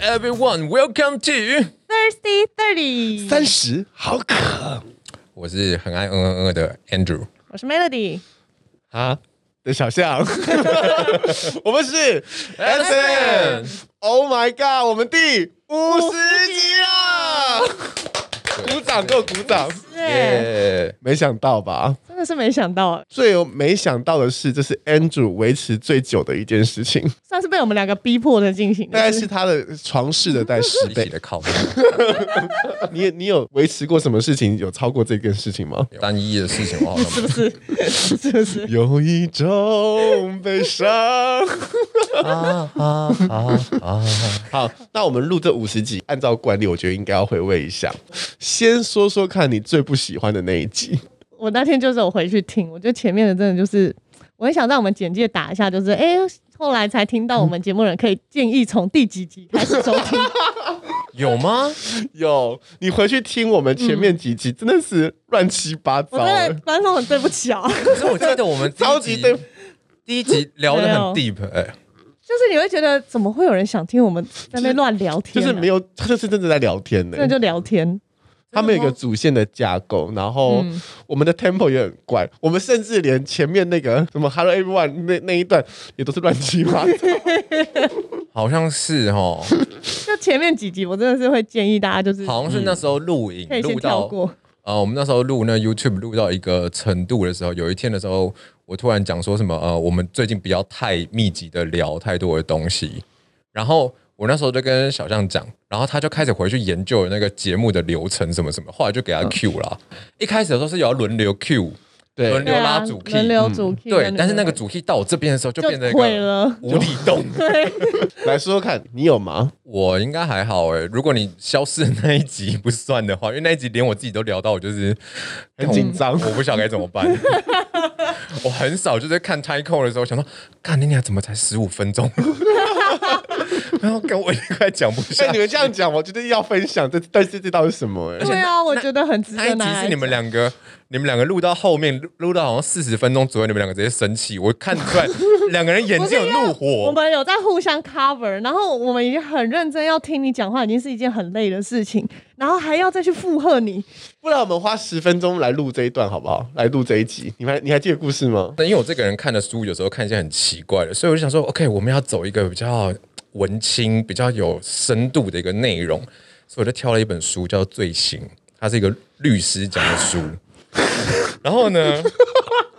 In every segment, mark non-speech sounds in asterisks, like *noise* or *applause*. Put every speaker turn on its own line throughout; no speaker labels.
everyone, welcome to
Thirsty Thirty，
三十，好渴
我是很爱嗯嗯嗯的 Andrew，
我是 Melody，
啊的小象， *laughs* 我们是
Anson
Oh my God，我们第五十集啦！鼓掌，给我鼓掌！
对，
耶！
没想到吧？
真的是没想到，
最有没想到的是，这是 Andrew 维持最久的一件事情，
算是被我们两个逼迫的进行的，
大概是他的床试的大概十
一起 *laughs*
倍。
的靠谱，
你你有维持过什么事情有超过这件事情吗？
单一的事情我好像
是不是？
*laughs*
是不是？
有一种悲伤。好，那我们录这五十集，按照惯例，我觉得应该要回味一下。先说说看你最不喜欢的那一集， *laughs*
我那天就是我回去听，我觉得前面的真的就是，我很想让我们简介打一下，就是哎、后来才听到我们节目的人可以建议从第几集开始收
*laughs*
听，
有吗？
有你回去听我们前面几集，真的是乱七八
我
糟
真的
啊
的，
观众很对不 *laughs* 起哦，
可是我记得我们第一
超级
集
对。
第一集聊的很
没
deep，哎，
就是你会觉得怎么会有人想听我们在那边乱聊
就
天啊、
是没有，他就是真的在聊天呢、
真的就聊天，
他们有一个主线的架构，然后
嗯
我们的 tempo 也很怪，我们甚至连前面那个什么 Hello Everyone 那那一段也都是乱七八糟。
好像是哦，
就前面几集我真的是会建议大家就是
好像是那时候录影
可以先
录
跳
到
过，
呃，我们那时候录那 YouTube 录到一个程度的时候，有一天的时候，我突然讲说什么呃，我们最近不要太密集的聊太多的东西，然后我那时候就跟小象讲，然后他就开始回去研究那个节目的流程什么什么，后来就给
嗯
他 Q 啦。一开始的时候是有要轮流 Q，轮
对，
流
对啊
拉主 key，嗯
轮流主 key，轮
对
流，
但是那个主 key 到我这边的时候就变成一
就毁
个
了。
无底洞。
来说说看，你有吗？
我应该还好哎、如果你消失的那一集不算的话，因为那一集连我自己都聊到，我就是
很紧张
我不晓得该怎么办。 *laughs* 我很少就在看 t i c o 的时候想说，看你俩怎么才十五分钟， *laughs* 然后跟我一块讲不
*laughs* 哎、
下。
你们这样讲，我觉得要分享这，但是这到底是什么、哎，
对啊，我觉得很值
那
得
一
拿
集
来
是你们
讲
两个，你们两个录到后面，录录到好像四十分钟左右，你们两个直接生气，我看出来两个人眼睛有怒
我
火。
们有在互相 cover，然后我们已经很认真要听你讲话，已经是一件很累的事情，然后还要再去附和你，
不然我们花十分钟来录这一段好不好？来录这一集，你们还你还记得故事吗？
因为我这个人看的书有时候看一些很奇怪的，所以我就想说，OK，我们要走一个比较文青、比较有深度的一个内容，所以我就挑了一本书叫《罪行》，它是一个律师讲的书。 *laughs* 然后呢，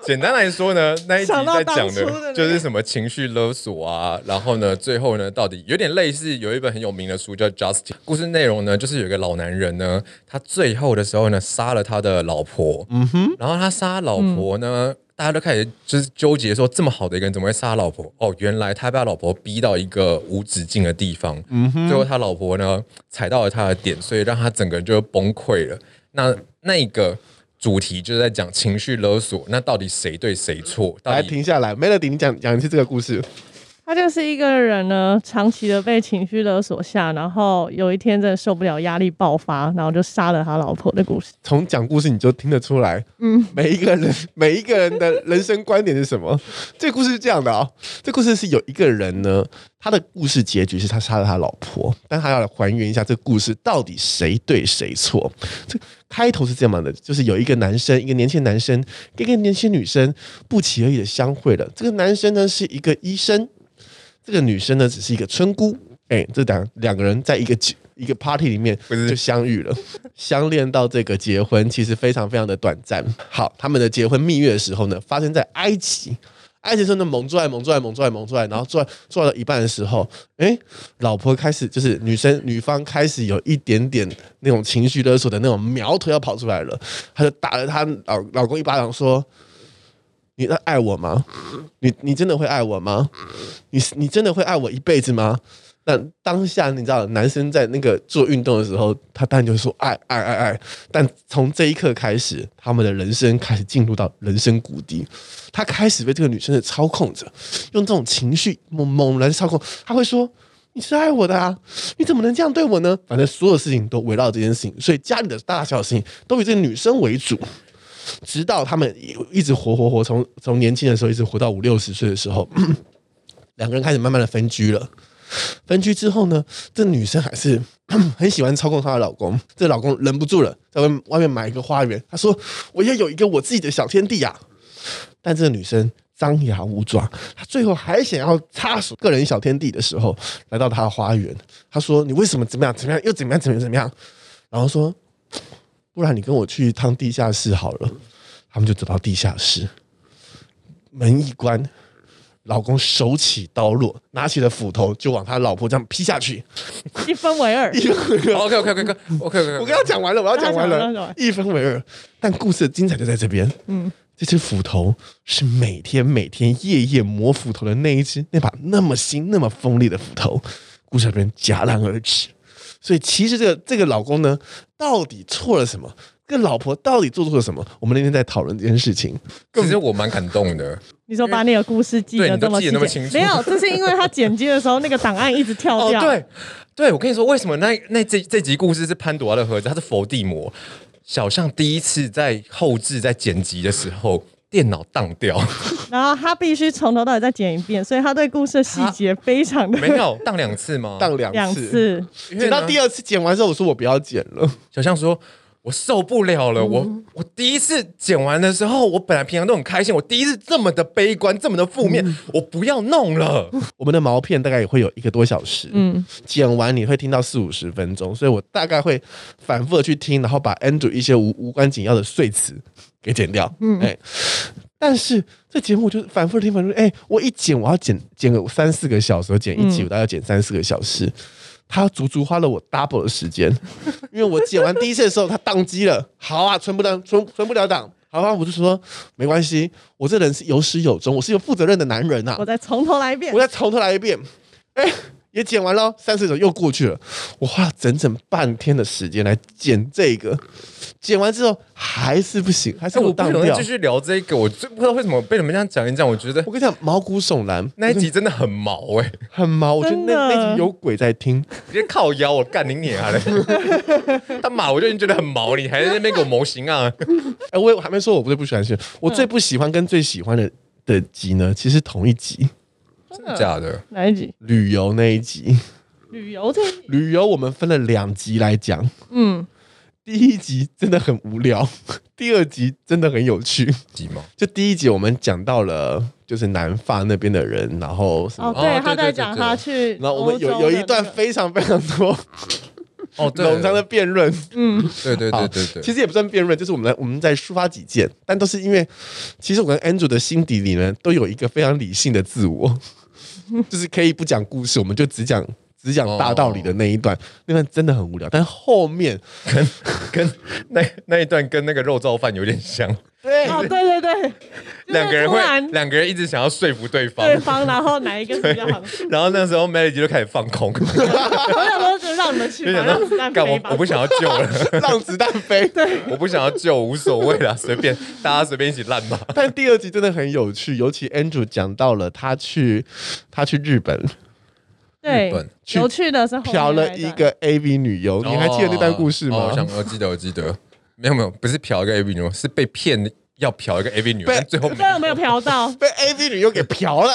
简单来说呢，那一集
想到
在
当
讲
初的那
的
个
就是什么情绪勒索啊，然后呢，最后呢，到底有点类似有一本很有名的书叫《Justin》，故事内容呢，就是有一个老男人呢，他最后的时候呢，杀了他的老婆，嗯哼，然后他杀老婆呢。大家都开始就是纠结说，这么好的一个人怎么会杀老婆？哦，原来他被他老婆逼到一个无止境的地方。嗯哼，最后他老婆呢踩到了他的点，所以让他整个人就崩溃了。那那个主题就是在讲情绪勒索，那到底谁对谁错？到
来
底
停下来，Melody，你讲讲一次这个故事。
他就是一个人呢，长期的被情绪勒索下，然后有一天真的受不了，压力爆发，然后就杀了他老婆的故事。
从讲故事你就听得出来，嗯，每一个人 *laughs* 每一个人的人生观点是什么？ *laughs* 这个故事是这样的哦，这故事是有一个人呢，他的故事结局是他杀了他老婆，但他要来还原一下这故事到底谁对谁错。这开头是这样的，就是有一个男生，一个年轻男生跟一个年轻女生不期而遇的相会了。这个男生呢是一个医生，这个女生呢只是一个村姑。哎、这两两个人在一个酒一个 party 里面
不是
就相遇了，相恋到这个结婚其实非常非常的短暂。好，他们的结婚蜜月的时候呢，发生在埃及。埃及真的猛做爱，猛做爱，猛做爱，猛做爱，然后做做到一半的时候，哎、老婆开始就是女生女方开始有一点点那种情绪勒索的那种苗头要跑出来了，她就打了她老老公一巴掌，说：“你爱我吗？你你真的会爱我吗？你你真的会爱我一辈子吗？”那当下你知道，男生在那个做运动的时候，他当然就会说爱爱爱爱，但从这一刻开始，他们的人生开始进入到人生谷底，他开始被这个女生的操控着，用这种情绪猛猛然操控，他会说。你是爱我的啊！你怎么能这样对我呢？反正所有事情都围绕这件事情，所以家里的大小事情都以这个女生为主。直到他们一直活活活，从从年轻的时候一直活到五六十岁的时候，两个人开始慢慢的分居了。分居之后呢，这女生还是 *clears throat* 很喜欢操控她的老公。这老公忍不住了，在外面外面买一个花园，他说：“我要有一个我自己的小天地啊！”但这个女生张牙舞爪，她最后还想要插手个人小天地的时候，来到她的花园，她说：“你为什么怎么样怎么样又怎么样怎么样怎么样？”然后说：“不然你跟我去一趟地下室好了。”他们就走到地下室，门一关，老公手起刀落，拿起了斧头就往他老婆这样劈下去。
一分为二。
OK OK OK OK OK
我
OK，
刚刚讲完了，我要讲
他讲完
完
了他讲完
了
了，
一分为二。但故事的精彩就在这边。嗯，这只斧头是每天每天夜夜磨斧头的那一只，那把那么新、那么锋利的斧头，故事这边戛然而止。所以其实这个这个老公呢，到底错了什么？跟老婆到底做错了什么？我们那天在讨论这件事情。
其实我蛮感动的。
你说把你的故事记
对
得
你都
这么
记得那么清楚
没有，这是因为他剪接的时候那个档案一直跳
哦，
掉。
对，对，我跟你说，为什么那那这这集故事是潘朵拉的盒子，它是伏地魔。小象第一次在后置在剪辑的时候，电脑当掉， *laughs*
然后他必须从头到尾再剪一遍，所以他对故事的细节非常的
没有当两次吗？
当两
两
次，
次。啊
因为
剪
呢
到第二次剪完之后，我说我不要剪了。
小象说。我受不了了！我我第一次剪完的时候，我本来平常都很开心，我第一次这么的悲观，这么的负面， *laughs* 我不要弄了。
我们的毛片大概也会有一个多小时，嗯，剪完你会听到四五十分钟，所以我大概会反复的去听，然后把 Andrew 一些无无关紧要的碎词给剪掉，嗯，哎、但是这节目就是反复地听，反复地听，哎、我一剪我要剪剪个三四个小时，我剪一集我大概要剪三四个小时，他足足花了我 double 的时间，因为我剪完第一次的时候，他宕机了。好啊，存不了，存存不了档。好啊，我就说没关系，我这人是有始有终，我是一个负责任的男人啊呐、
我再从头来一遍
我。再从头来一遍。哎、也剪完了，三十首又过去了，我花了整整半天的时间来剪这个，剪完之后还是不行，还是
哎我
我
不
当
想再
掉
继。续聊这个，我最不知道为什么被你们这样讲一讲，我觉得
我跟你讲，毛骨悚然，
那一集真的很毛哎、
很毛，我觉得那
真的
那集有鬼在听。
你这靠腰，我干你脸 *laughs* 啊！他妈，我就已经觉得很毛，你还在那边给我模型啊？
哎、我也我还没说，我最不喜欢是，我
嗯
最不喜欢跟最喜欢的的集呢，其实同一集，
真的假的？
哪一集？
旅游那一集。
旅游这一集
旅游我们分了两集来讲，
嗯，
第一集真的很无聊，第二集真的很有趣。
鸡毛？
就第一集我们讲到了就是南法那边的人，然后什么，
哦，
哦
对，
对对
他在
对
讲
对
他去
然后我们有
欧洲
有
的
一段
那个
非常非常多
哦，对，
冗长的辩论，
嗯
对对
好
对对对。
其实也不算辩论，就是我们来我们在抒发己见，但都是因为其实我跟 Andrew 的心底里呢，都有一个非常理性的自我， *laughs* 就是可以不讲故事，我们就只讲。只讲大道理的那一
哦
段，那段真的很无聊。但后面 *laughs*
跟那那一段跟那个肉燥饭有点 *laughs* 像，
*laughs* 对
哦，对对对，就是
两个人
突然
会两个人一直想要说服对方，
对方，然后哪一个
*laughs*
比较好？
然后那时候 Melody 就开始放空， *laughs* 就
我想说就让你们去吧，
想 *laughs*
让子
到
弹
干我
飞吧。
我不想要救了， *laughs*
让子弹
*laughs*
飞。
我不想要救，无所谓啦，随便大家随便一起烂吧。
但第二集真的很有趣，尤其 Andrew 讲到了他去他去日本
对
日本
去
有趣哦的是后面
嫖
那
了一
段
个 AV 女优，你还记得那段故事
哦
吗
我？想，我记得，我记得，没有没有，不是嫖一个 AV 女优，是被骗要嫖一个 AV 女优，
被
但最
*laughs*
后
对，我没有嫖到，
被 AV 女优给嫖了，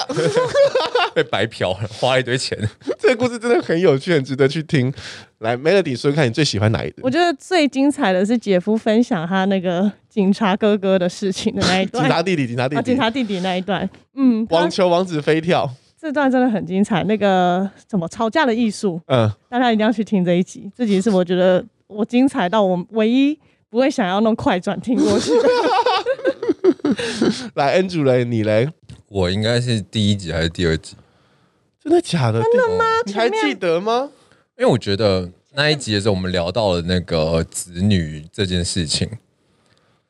*laughs*
被白嫖了，花了一堆钱。
这个故事真的很有趣，很值得去听。来，Melody 说看你最喜欢哪一
我
个？
觉得最精彩的是姐夫分享他那个警察哥哥的事情的那一
*laughs* 警
段，
察弟弟，警察弟
啊，警
弟，
察弟弟那一段，嗯，他
网球王子飞跳，
这段真的很精彩。那个什么吵架的艺术，
嗯，
大家一定要去听这一集，这集是我觉得我精彩到我唯一不会想要弄快转听过去
*laughs*
的。
来，Andrew 来，你来，
我应该是第一集还是第二集？
真的假的？真的吗？你还记得吗？
因为我觉得那一集的时候，我们聊到了那个子女这件事情。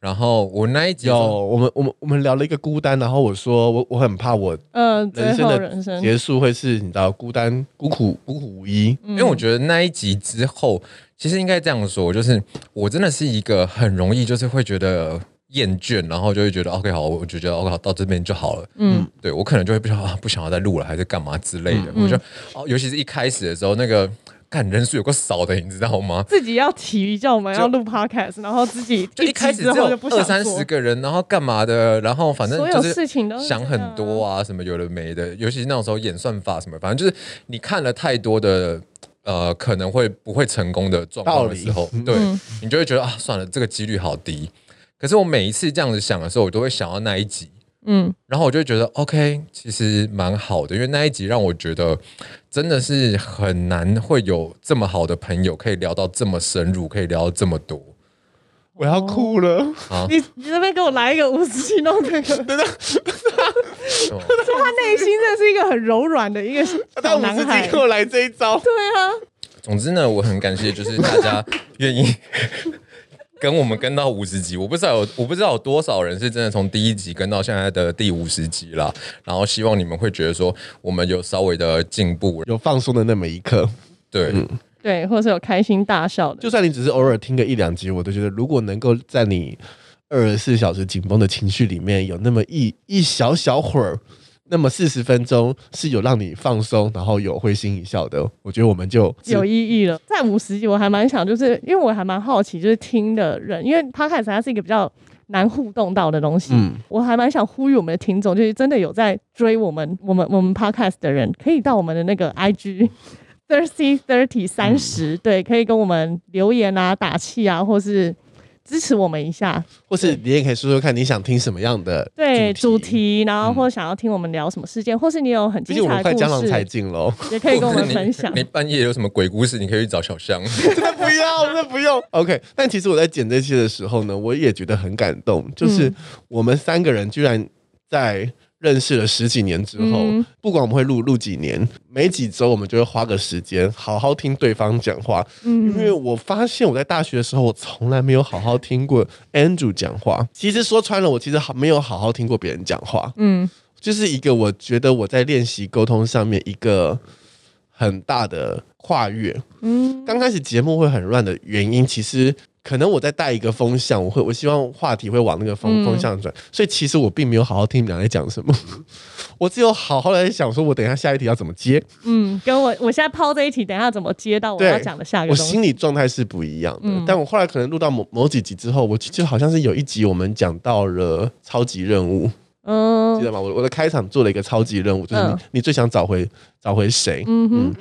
然后我那一集的时
有，
候
我们我们我们聊了一个孤单，然后我说我我很怕我
嗯，最
人生
后人
的
生，
结束会是你知道孤单孤苦孤苦无依，
因为我觉得那一集之后，其实应该这样说，就是我真的是一个很容易就是会觉得厌倦，然后就会觉得 OK 好，我就觉得 OK 好到这边就好了。嗯，对我可能就会不想啊不想要再录了，还是干嘛之类的。我觉得哦，尤其是一开始的时候，那个看人数有个少的，你知道吗？
自己要体育叫我们
就
要录 podcast，然后自己
就一
一
开
集
始
之
只
后就
有
不想
二三
做
十个人，然后干嘛的？然后反正
所
就
有
是
事情都是
想很多啊，什么有的没的，尤其是那种时候演算法什么，反正就是你看了太多的。呃，可能会不会成功的状况的时候，对、
嗯
你就会觉得啊，算了，这个几率好低。可是我每一次这样子想的时候，我都会想到那一集，
嗯，
然后我就会觉得 OK，其实蛮好的，因为那一集让我觉得真的是很难会有这么好的朋友，可以聊到这么深入，可以聊到这么多。
我
哦
要哭了。
你你这边给我来一个五十七弄这个，说
*laughs* 哦
他内心真的是一个很柔软的一个
但
小
五
男
十
孩
级给。我来这一招，
对啊，
总之呢，我很感谢，就是大家愿
*laughs*
意跟我们跟到五十集。我不知道有，我不知道有多少人是真的从第一集跟到现在的第五十集啦。然后希望你们会觉得说，我们有稍微的进步。
有放松的那么一刻。
对，
嗯对，或者是有开心大笑的，
就算你只是偶尔听个一两集，我都觉得如果能够在你二十四小时紧绷的情绪里面有那么一一小小会儿，那么四十分钟是有让你放松，然后有会心一笑的，我觉得我们就
有意义了。在五十集，我还蛮想，就是因为我还蛮好奇，就是听的人，因为 podcast 它是一个比较难互动到的东西，
嗯
我还蛮想呼吁我们的听众，就是真的有在追我们、我们、我们 podcast 的人，可以到我们的那个 IG。Thirsty *laughs* Thirty 三十，
嗯
对，可以跟我们留言啊、打气啊，或是支持我们一下。
或是你也可以说说看你想听什么样的
对
主嗯
主。题，然后或想要听我们聊什么事件，或是你有很
毕
精
竟我们
彩的
快江郎
故
才
事，
尽喽，
也可以跟我
或
们
者你
分
*laughs*
享
你。半夜有什么鬼故事，你可以去找小香。
那不要，那不用。OK，但其实我在剪这些的时候呢，我也觉得很感动，就是
嗯
我们三个人居然在认识了十几年之后，
嗯
不管我们会录录几年，每几周我们就会花个时间好好听对方讲话，
嗯
因为我发现我在大学的时候，我从来没有好好听过 Andrew 讲话。其实说穿了，我其实好没有好好听过别人讲话，
嗯，
就是一个我觉得我在练习沟通上面一个很大的跨越。
嗯，
刚开始节目会很乱的原因，其实可能我在带一个风向，我会我希望话题会往那个风
嗯
风向转，所以其实我并没有好好听你们俩在讲什么， *laughs* 我只有好好的想说，我等一下下一题要怎么接，
嗯，跟我我现在抛这一题，等一下怎么接到我
对
要讲的下一
我
个东西？
心理状态是不一样的。
嗯
但我后来可能录到某某几集之后，我记就好像是有一集我们讲到了超级任务，记
嗯
得吗？我我的开场做了一个超级任务，就是你,、
嗯
你最想找回找回谁？
嗯哼，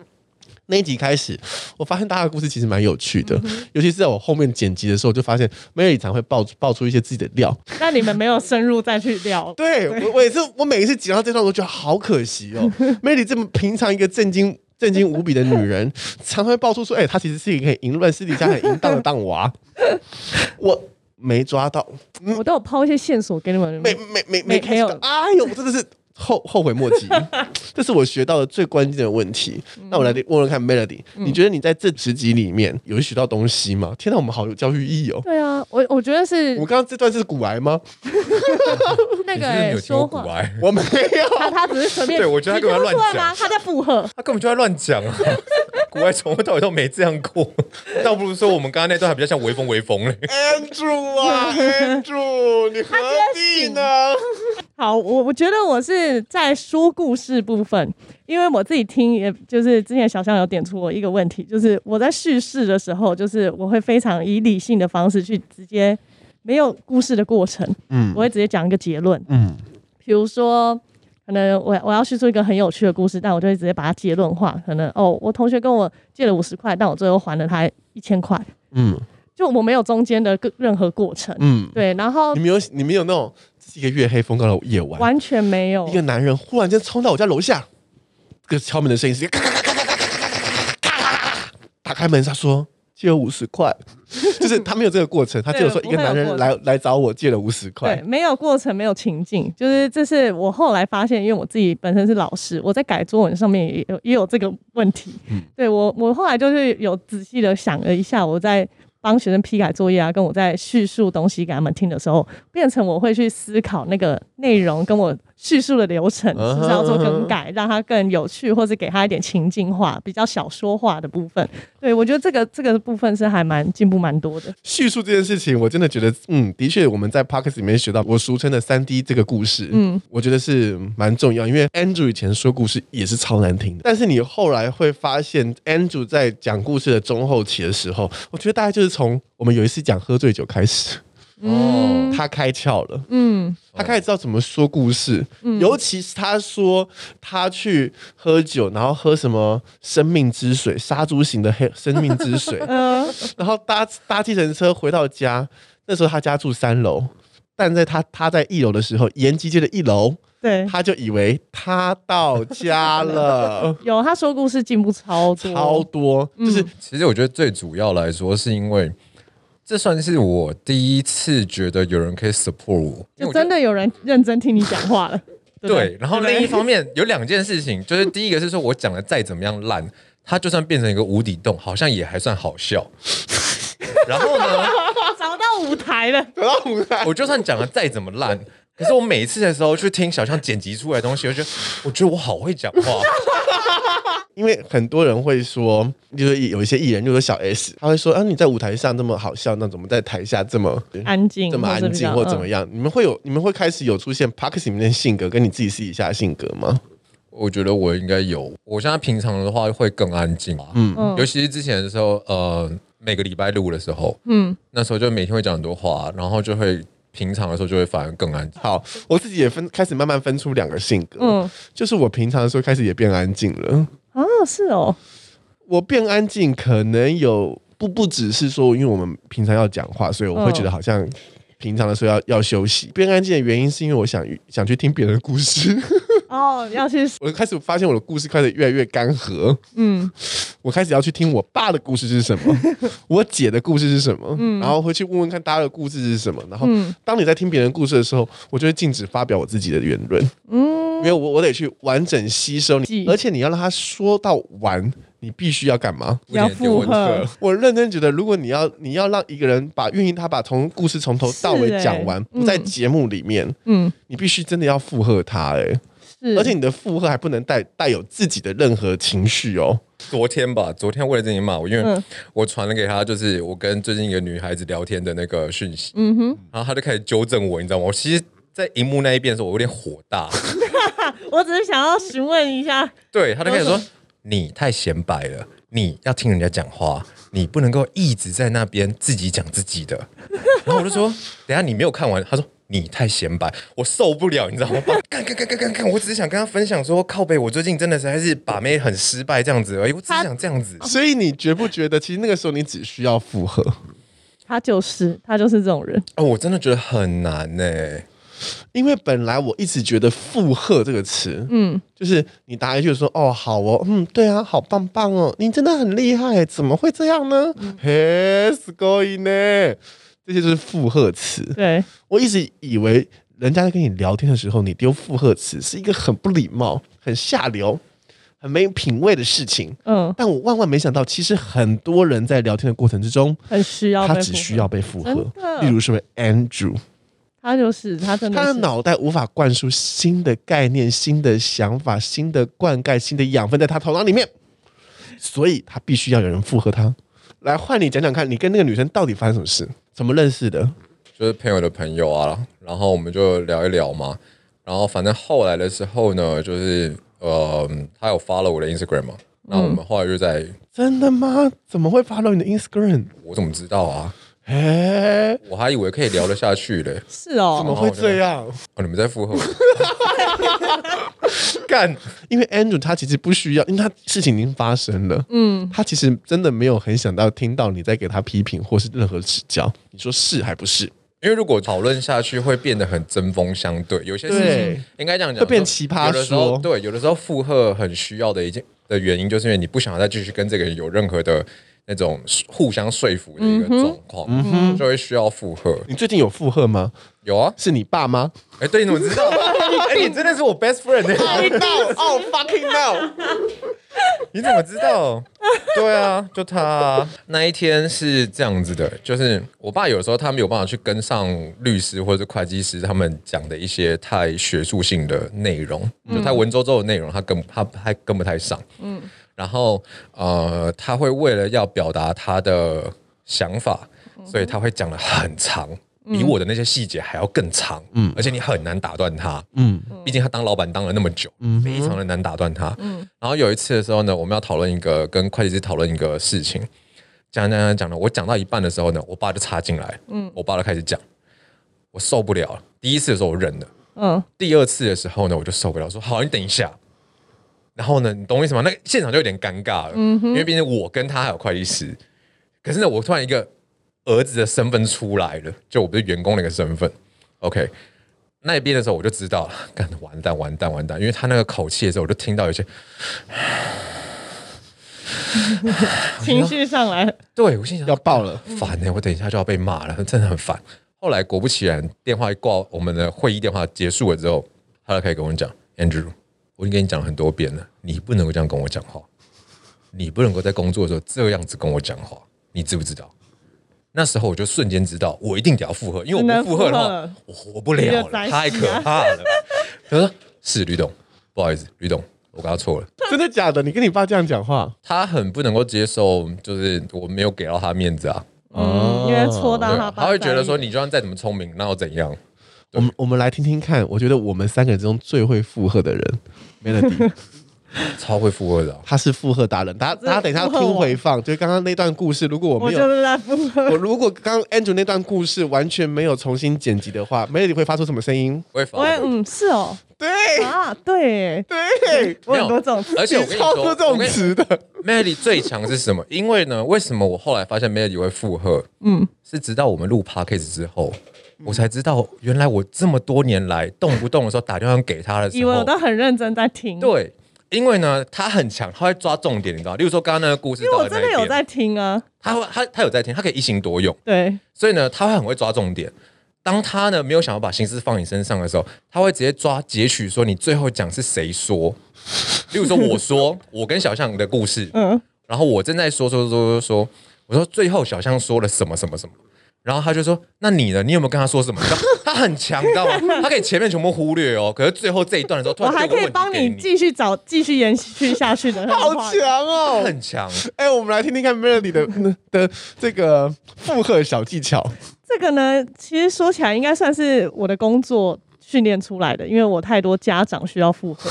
那一集开始，我发现大家的故事其实蛮有趣
嗯
的，尤其是在我后面剪辑的时候，就发现梅里常会爆爆出一些自己的料。
那你们没有深入再去
*laughs*
聊，
对 *laughs* 我，我也是，我每一次剪到这段，我都觉得好可惜哦。梅里这么平常一个震惊。震惊无比的女人， *laughs* 常常会爆出说：“哎、她其实是一个很淫乱、私底下很淫荡的荡娃。” *laughs* 我没抓到，
我都有抛一些线索给你们。
没没
嗯
没
没
没有
没有，
哎呦，我真的是后后悔莫及， *laughs* 这是我学到的最关键的问题。那我来问问看，Melody，、你觉得你在这十集里面有学到东西吗？天哪，我们好有教育意义哦！
对啊，我我觉得是
我们刚刚这段是古癌吗？
那
你是不是没
个欸
有听过
说
古
话，
癌？
我
*laughs*
没有，
他他只是随便，
对我觉得他
你听
根本
不出
乱
来吗？他在附和，
他根本就在乱讲啊！ *laughs* 古埃从头到尾都没这样过，倒不如说我们刚刚那段还比较像微风微风嘞。
Andrew 啊，Andrew，你何必呢？ *laughs*
好，我我觉得我是在说故事部分，因为我自己听，也就是之前小象有点出我一个问题，就是我在叙事的时候，就是我会非常以理性的方式去直接没有故事的过程，
嗯
我会直接讲一个结论，
嗯
比如说。可能我我要叙述一个很有趣的故事，但我就会直接把它结论化。可能哦，我同学跟我借了五十块，但我最后还了他一千块，
嗯
就我没有中间的个任何过程。
嗯，
对，然后
你没有，你没有那种这是一个月黑风高的夜晚，
完全没有
一个男人忽然间冲到我家楼下，这个敲门的声音是咔咔咔咔咔咔咔咔咔，打开门他说借五十块，就是他没有这个过程，他只有说一个男人来来找我借了五十
对
块，，
没有过程，没有情境，就是这是我后来发现，因为我自己本身是老师，我在改作文上面也有也有这个问题。对我，我后来就是有仔细的想了一下，我在。帮学生批改作业啊，跟我在叙述东西给他们听的时候，变成我会去思考那个内容跟我叙述的流程是
嗯哼
不是要做更改，让它更有趣，或是给他一点情境化、比较小说化的部分。对我觉得这个这个部分是还蛮进步蛮多的。
叙述这件事情，我真的觉得，嗯，的确，我们在 p o c k e t 里面学到我俗称的三 D 这个故事，嗯，我觉得是蛮重要，因为 Andrew 以前说故事也是超难听的，但是你后来会发现，Andrew 在讲故事的中后期的时候，我觉得大概就是从我们有一次讲喝醉酒开始，
哦，
他开窍了。
嗯，
他开始知道怎么说故事，尤其是他说他去喝酒，然后喝什么生命之水、杀猪型的黑 *laughs* 生命之水，然后搭搭计程车回到家，那时候他家住三楼，但在他他在一楼的时候，延吉街的一楼，
对，，
他就以为他到家了
有他说故事进步超多，
超多，就是
其实我觉得最主要来说，是因为这算是我第一次觉得有人可以 support 我，因为
就
我觉
真
得。
的有人认真听你讲话
*laughs*
了。不
对，然后
对不
另
对
一方面有两件事情，就是第一个是说我讲的再怎么样烂，它就算变成一个无底洞，好像也还算好笑。然后呢，
找到舞台了，
得到舞台。
我就算讲的再怎么烂，可是我每一次的时候去听小象剪辑出来的东西，我就觉得我觉得我好会讲
*laughs*
话。
因为很多人会说，就是有一些艺人，就是小 S，他会说啊，你在舞台上那么好笑，那怎么在台下这么
安静，
这么安静或怎么
样？
样？你们会有你们会开始有出现 Parks 里面的性格跟你自己私底下的性格吗？
我觉得我应该有，我现在平常的话会更安静啊，
嗯
尤其是之前的时候，呃，每个礼拜录的时候，
嗯，
那时候就每天会讲很多话，然后就会平常的时候就会反而更安静。
好，我自己也分开始慢慢分出两个性格，
嗯
就是我平常的时候开始也变安静了。
啊，是哦，
我变安静，可能有不不只是说，因为我们平常要讲话，所以我会觉得好像平常的时候要要休息。变安静的原因是因为我想想去听别人的故事，
哦，要去
我开始发现我的故事开始越来越干涸。
嗯
*laughs* 我开始要去听我爸的故事是什
*laughs*
么，我姐的故事是什么，
嗯
然后回去问问看大家的故事是什么。然后，当你在听别人的故事的时候，我就会禁止发表我自己的言论，因为我我得去完整吸收
嗯记
你，而且你要让他说到完，你必须要干嘛？
要附和，
我认真觉得，如果你要你要让一个人把愿意他把从故事从头到尾
是欸
讲完，不在节目里面，
嗯
你必须真的要附和他、欸，
是，
而且你的附和还不能带带有自己的任何情绪哦。
昨天吧，昨天为了这件骂我，因为
嗯
我传了给他，就是我跟最近一个女孩子聊天的那个讯息，
嗯
然后他就开始纠正我，你知道吗？我其实，在荧幕那一边的时候，我有点火大，
我只是想要询问一下，
对，他就开始说你太显摆了，你要听人家讲话，你不能够一直在那边自己讲自己的。然后我就说，等一下你没有看完，他说。你太显摆，我受不了，你知道吗？干干干干干干！我只是想跟他分享说，靠背，我最近真的实在是把妹很失败这样子而已，我只是想这样子。
所以你觉不觉得，其实那个时候你只需要附和？
他就是他就是这种人，
哦，我真的觉得很难呢、
因为本来我一直觉得“附和”这个词，嗯，就是你答一句说“哦，好哦，嗯，对啊，好棒棒哦，你真的很厉害，怎么会这样呢？”嘿，すごい呢，这些就是附和词。
对，
我一直以为人家在跟你聊天的时候，你丢附和词是一个很不礼貌、很下流、很没品味的事情。
嗯，
但我万万没想到，其实很多人在聊天的过程之中，
很需要，
他只需，要被附和
真。的
例如什么 Andrew，
他就是他真的
他
是
的脑袋无法灌输新的概念、新的想法、新的灌溉、新的养分在他头脑里面，所以他必须要有人附和他。来，换你讲讲看，你跟那个女生到底发生什么事？怎么认识的？
就是朋友的朋友啊，然后我们就聊一聊嘛。然后反正后来的时候呢，就是呃，他有 follow 我的 Instagram 嘛，那我们后来就在，
真的吗？怎么会 follow 你的 Instagram？
我怎么知道啊？
哎、
我还以为可以聊得下去嘞。
是
怎么
哦，
会这样？
哦，你们在附
*laughs*
和我？干，
因为 Andrew 他其实不需要，因为他事情已经发生了，嗯，他其实真的没有很想到听到你在给他批评或是任何指教。你说是还不是？
因为如果讨论下去会变得很针锋相对，有些事
对
情应该这样讲，
会变奇葩
有的时候
说
对，有的时候附和很需要的一件的原因，就是因为你不想再继续跟这个人有任何的那种互相说服的一
嗯
个状况，就会需要附和。
你最近有附和吗？
有啊，
是你爸吗？
哎、对， *laughs* 你怎么知道？哎、你真的是我 best friend 欸
到 oh fucking no！
你怎么知道？对啊，就他啊那一天是这样子的，就是我爸有时候他没有办法去跟上律师或者是会计师他们讲的一些太学术性的内容，就太文绉绉的内容，他跟他还跟不太上。嗯，然后呃，他会为了要表达他的想法，所以他会讲的很长。比我的那些细节还要更长，嗯，而且你很难打断他，
嗯，
毕竟他当老板当了那么久，非常的难打断他。然后有一次的时候呢，我们要讨论一个跟会计师讨论一个事情，讲讲讲讲的，我讲到一半的时候呢，我爸就插进来，嗯，我爸就开始讲，我受不了了。第一次的时候我忍了，
嗯，
第二次的时候呢，我就受不了，说好，你等一下。然后呢，你懂我意思吗？那个现场就有点尴尬了，因为毕竟我跟他还有会计师，可是呢，我突然一个儿子的身份出来了，就我不是员工那个身份，OK。那边的时候我就知道了，干完蛋完蛋完蛋，因为他那个口气的时候，我就听到有些
情绪上来了，
对，我心想
要爆
*laughs*
了，
烦呢、欸我等一下就要被骂了，真的很烦。后来果不其然，电话一挂，我们的会议电话结束了之后，他就开始跟我讲，Andrew，我已经跟你讲了很多遍了，你不能够这样跟我讲话，你不能够在工作的时候这样子跟我讲话，你知不知道？那时候我就瞬间知道，我一定得要附和，因为我
只能
不附和的
附和
话
了，
我活不了
你就
了，
宅
太
死
可
啊
怕了。他说：“是吕董，不好意思，吕董，我刚刚错了。”
真的假的？你跟你爸这样讲话，
他很不能够接受，就是我没有给到他面子啊。
嗯，
哦
因为戳到
对啊
啊
他，
他会觉得说，你就算再怎么聪明，那又怎样？
我们我们来听听看，我觉得我们三个人中最会附和的人，Melody，
*laughs*
超会附和的啊、
他是附和达人。大家
是
大家等一下
附和
听
我
回放，就刚刚那段故事，如果我
我
没
就
有
是在附和，
我如果刚刚 Andrew 那段故事完全没有重新剪辑的话，Melody 会发出什么声音？
我会发
我也嗯是哦，
对
啊对，
对，
我很多这种
而且我跟你
超
说，
出这
我
种
跟你
词的。
Melody 最强是什么？因为呢，为什么我后来发现 Melody 会附和？嗯，是直到我们录 podcast 之后，
嗯
我才知道，原来我这么多年来动不动的时候打电话给他的时
以为我
候，
都很认真在听，，
对，因为呢，他很强，他会抓重点，你知道吗？例如说刚刚那个故事，
因为我真的有在，听啊，
他会他他有在听，他可以一心多用。
对，
所以呢，他会很会抓重点。当他呢没有想要把心思放你身上的时候，他会直接抓截取，说你最后讲是谁说。例如说，我
*laughs*
说我跟小象的故事，
嗯，
然后我正在说说说说说，我说最后小象说了什么什么什么，然后他就说，那你呢？你有没有跟他说什么？你知道他很强，你知道吗？他可以前面全部忽略哦，可是最后这一段的时候，突
我
然
还
丢个
可以
问题
帮
给
你
你，
继续找 *laughs* 继续延续下去的
好
话
强
他
哦！
很强。
哎、我们来听听看 Melody 的的这个附和小技巧。
这个呢，其实说起来应该算是我的工作训练出来的，因为我太多家长需要附
*laughs*
和，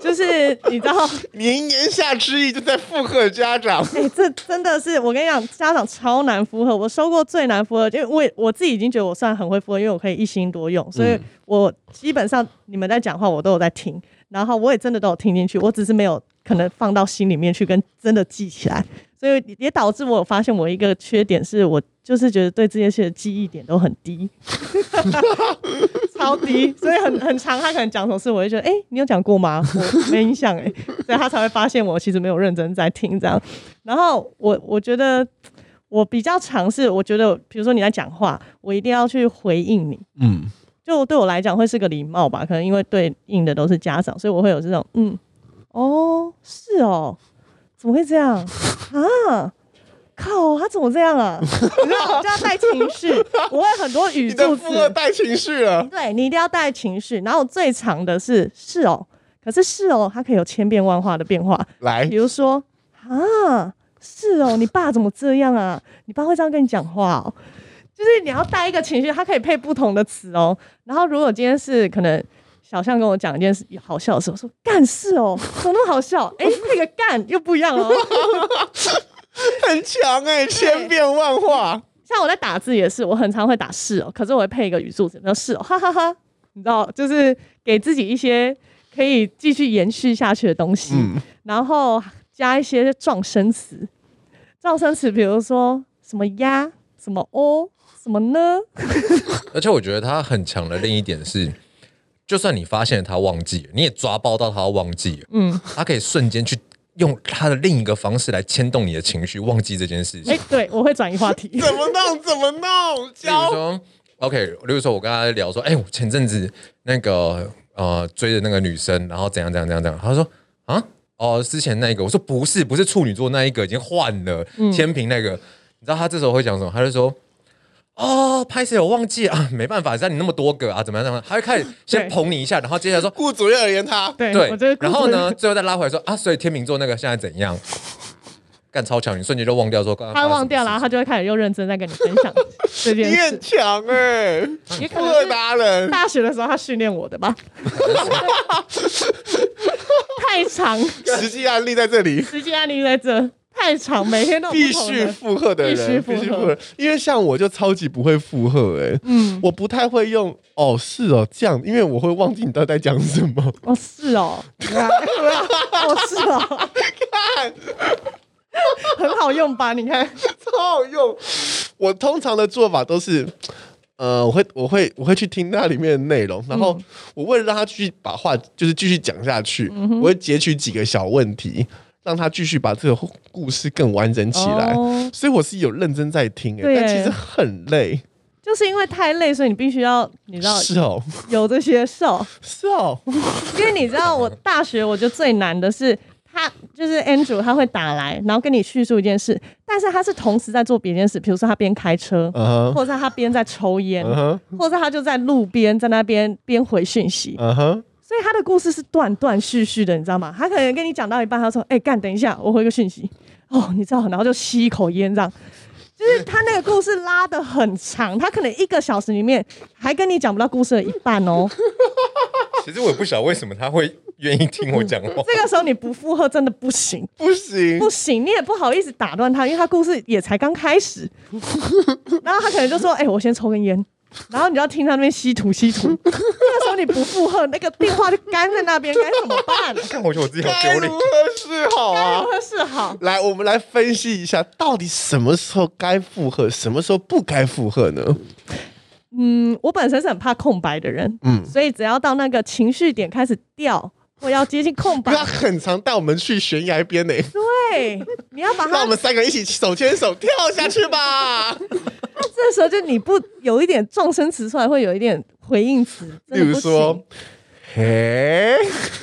就是你知道，
您言下之意就在附和
*laughs*
家长。
*laughs* 哎、这真的是我跟你讲，家长超难附和，我收过最难附和，因为我也我自己已经觉得我算很会附和，因为我可以一心多用，所以我基本上你们在讲话我都有在听，然后我也真的都有听进去，我只是没有可能放到心里面去跟真的记起来，所以也导致我有发现我一个缺点是我就是觉得对这些事的记忆点都很低， *laughs* 超低，所以很很长，他可能讲什么事，我会觉得，哎、你有讲过吗？我没印象哎、所以他才会发现我其实没有认真在听这样。然后我我觉得我比较尝试，我觉得比如说你在讲话，我一定要去回应你，
嗯，
就对我来讲会是个礼貌吧，可能因为对应的都是家长，所以我会有这种嗯，哦，是哦，怎么会这样啊？靠，他怎么这样啊？ *laughs* 你知道，就要带情绪，我会很多语
你的
助
附和
词，
带情绪了。
对你一定要带情绪。然后最长的是是哦，可是是哦，它可以有千变万化的变化，
来
比，如说啊，是哦，你爸怎么这样啊？你爸会这样跟你讲话哦？就是你要带一个情绪，它可以配不同的词哦。然后如果今天是可能小象跟我讲一件事好笑的事，我说干是哦，怎么那么好笑？哎，那个干又不一样哦。
很强哎、千变万
*laughs*
化。
像我在打字也是，我很常会打是哦，可是我会配一个语助词，比如是哦，哈哈哈你知道，就是给自己一些可以继续延续下去的东西，
嗯
然后加一些撞声词，撞声词，比如说什么呀，什么哦，什么呢？
而且我觉得他很强的另一点是，就算你发现了他忘记了，你也抓包到他忘记了，嗯，他可以瞬间去用他的另一个方式来牵动你的情绪，忘记这件事情。
哎、对我会转移话题，
*laughs*
怎么弄？怎么
例
弄？
如
教
说，OK，例如说我跟他聊说，哎、我前阵子那个呃追的那个女生，然后怎样怎样怎样怎样，他说啊，哦，之前那个，我说不是，不是处女座那一个，已经换了，
嗯
天平那个。你知道他这时候会讲什么？他就说。哦，拍谁？我忘记了啊，没办法，像你那么多个啊，怎么样？怎么样？他会开始先
对
捧你一下，然后接下来说
顾主任而言他，
对，
对
我觉得，
然后呢，最后再拉回来说啊，所以天秤座那个现在怎样？干超强，你瞬间就忘掉说，刚刚
*laughs* 他忘掉了，
了
然后他就会开始又认真在跟你分享这
你
件
很
事。
强哎、
也
不
可能
二
是
达人。
大学的时候他训练我
*laughs*
的吧，太长，
实际案例在这里，
实际案例在这，太长，每天都有
*laughs* 必
不同
须
的。
附和的人，
必须附和
和，因为像我就超级不会附和哎、
嗯，
我不太会用哦，是哦，这样，因为我会忘记你到底在讲什么。
哦是哦，哦是哦，
看，
很好用吧？你看，
超好用。我通常的做法都是，呃，我会我会我会去听那里面的内容，
嗯
然后我为了让他继续把话就是继续讲下去，
嗯
我会截取几个小问题，让他继续把这个故事更完整起来。
哦
*laughs* 所以我是有认真在听、欸，
对
但其
耶
实很累。
就是因为太累，所以你必须要，你知道
是哦，
有这些瘦，
是哦， *laughs*
因为你知道我大学我觉得最难的是。他就是 Andrew，他会打来，然后跟你叙述一件事，但是他是同时在做别件事，比如说他边开车，
嗯哼，
或者是他边在抽烟，
嗯哼，
或者是他就在路边在那边边回讯息，
嗯哼，
所以他的故事是断断续续的，你知道吗？他可能跟你讲到一半，他说：“哎、干，等一下，我回个讯息。”哦，你知道，然后就吸一口烟这样。就是他那个故事拉的很长，他可能一个小时里面还跟你讲不到故事的一半哦。啊
其实我也不晓得为什么他会愿意听我讲话。
这个时候你不附和真的不行，
不行
不，行，你也不好意思打断他，因为他故事也才刚开始。然后他可能就说：“哎、我先抽根烟。”然后你就要听他那边吸土吸土，这个时候你不附和，那个电话就干在那边，该怎么办？
看，我觉得我自己好
该
丢
如
脸
何。是好
该
啊
如？何是好？
来，我们来分析一下，到底什么时候该附和，什么时候不该附和呢？
嗯，我本身是很怕空白的人，嗯，所以只要到那个情绪点开始掉， *laughs* 或要接近空白
不，要很常带我们去悬崖边呢、 *laughs*
对，啊你要把
让
它
我，们三个一起手牵手跳下去吧。
这时候就你不有一点撞声词出来，会有一点回应词，
*laughs*
真
例
的
如
不行
说，嘿，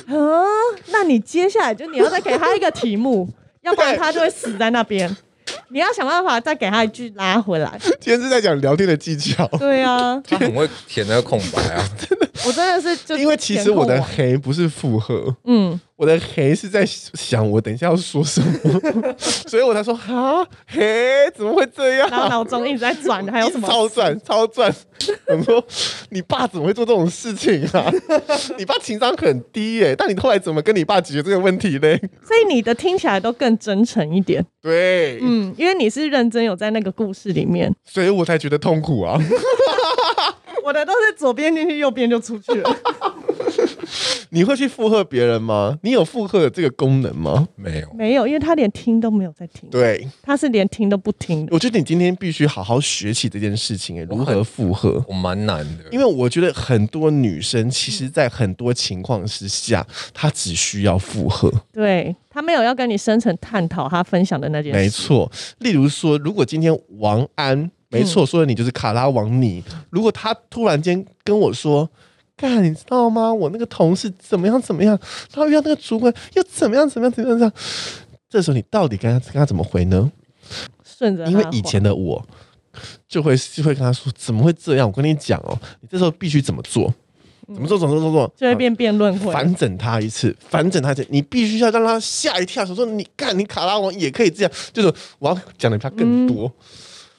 啊，那你接下来就你要再给他一个题目，要不然他就会死在那边。
*laughs*
你要想办法再给他一句拉回来。
今天是在讲聊天的技巧，
对啊，
他很会填那个空白啊， *laughs*
我真的是就
因为其实我的嘿不是附和，
啊
嗯，我的嘿是在想我等一下要说什么，所以我才说哈嘿，怎么会这样？
然后脑中一直在转，还有什
*laughs*
么？
超赚超赚！ *laughs* 我说你爸怎么会做这种事情啊？ *laughs* 你爸情商很低耶、但你后来怎么跟你爸解决这个问题嘞？
所以你的听起来都更真诚一点，
对，
嗯，因为你是认真有在那个故事里面。
所以我才觉得痛苦啊。
*laughs* 我的都是左边进去，右边就出去了。
*laughs* 你会去附和别人吗？你有附和的这个功能吗？
没有。
*laughs* 没有，因为他连听都没有在听，
对，
他是连听都不听的。
我觉得你今天必须好好学起这件事情、欸，如何附和。
我蛮难的，
因为我觉得很多女生其实，在很多情况之下，她只需要附和。
对他没有要跟你深层探讨他分享的那件事。
没错，例如说，如果今天王安，没错，说的你就是卡拉王你，如果他突然间跟我说。干，你知道吗？我那个同事怎么样怎么样，然后遇到那个主管又怎么样怎么样怎么样怎么样，这时候你到底跟他跟他怎么回呢？
顺着他
因
的
为
话
以前的我就会就会跟他说，怎么会这样？我跟你讲哦，你这时候必须怎么做，怎么做，怎么做，怎么做，
就会变辩论会。
反整他一次，反整他一次，你必须要让他吓一跳，想说你看你卡拉王也可以这样，就是我要讲的比他更多。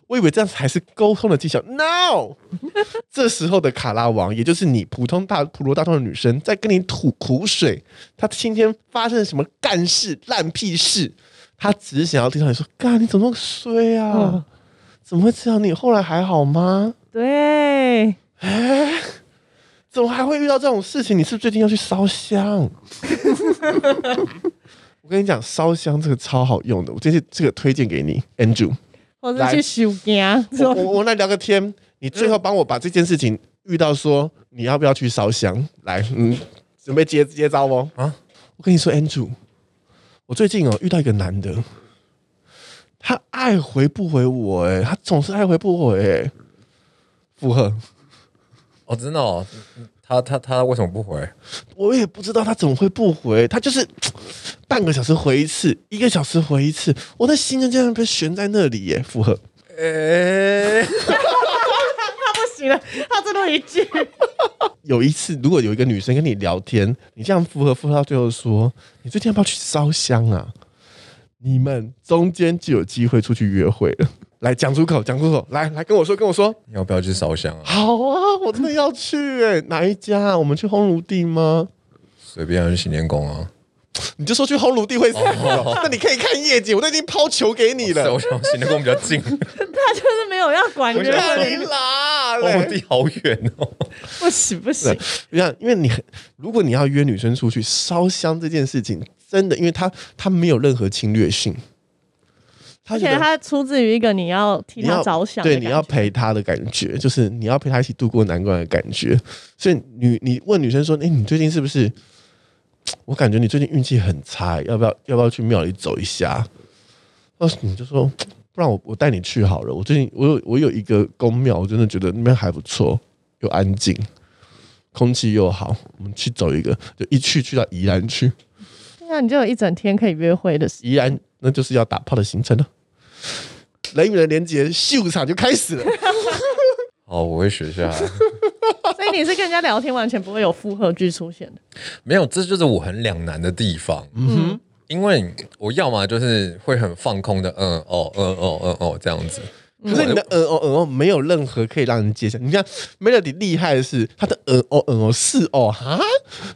我以为这样才是沟通的技巧，no！这时候的卡拉王，也就是你普通大普罗大众的女生，在跟你吐苦水，她今天发生了什么干事、烂屁事，她只是想要听到你说：“干，你怎么那么衰啊？
嗯
怎么会这样？你后来还好吗？
对，
怎么还会遇到这种事情？你是不是最近要去烧香？ *laughs* 我跟你讲，烧香这个超好用的，我这次这个推荐给你，Andrew。
或
来
是去修家，*laughs*
我
说
我我们来聊个天，你最后帮我把这件事情遇到说你要不要去烧香？来，嗯，准备接接招哦。啊
啊，
我跟你说，Andrew，我最近哦遇到一个男的，他爱回不回我、欸，他总是爱回不回、欸，附和。
哦，真的哦，嗯他他他为什么不回？
我也不知道他怎么会不回，他就是半个小时回一次，一个小时回一次，我的心就这样被悬在那里耶，附和。
诶、
他不行了，他最多一句， *laughs*
有一次，如果有一个女生跟你聊天，你这样附和附和到最后说，你最近要不要去烧香啊？你们中间就有机会出去约会了。来讲出口，讲出口，来来跟我说，跟我说，
你要不要去烧香啊？
好啊，我真的要去哎、哪一家、啊？我们去烘炉地吗？
随便啊去行天宫啊！
你就说去烘炉地会散的哦，那你可以看夜景，我都已经抛球给你
是
了
我。想行天宫比较 *laughs* 近，
他就是没有要管
我
约
觉得
会，
看你啦
我
嘞！
地好远哦。 *laughs*
不行不行
对，，你看，因为你很如果你要约女生出去烧香这件事情，真的，因为她她没有任何侵略性，她
而
觉
且
得
他出自于一个你要替
你要
他着想的
对，
感觉，
你要陪她的感觉，就是你要陪她一起度过难关的感觉。所以女，你问女生说：“哎、你最近是不是？我感觉你最近运气很差，欸要不要要不要去庙里走一下？”那你就说：“不然我我带你去好了。我最近我有我有一个宫庙，我真的觉得那边还不错，又安静，空气又好，我们去走一个。就一去去到宜兰去，
对啊，你就有一整天可以约会的时
宜兰那就是要打炮的行程了。人与人连接，秀场就开始了。”
好，我会学下来。
间，所以你是跟人家聊天完全不会有复合句出现的。
没有，这就是我很两难的地方。嗯哼，因为我要么就是会很放空的，嗯哦，嗯哦，嗯哦这样子。
可是你的嗯哦嗯哦没有任何可以让人接下。你看 Melody 厉害的是，他的嗯哦嗯哦是哦哈，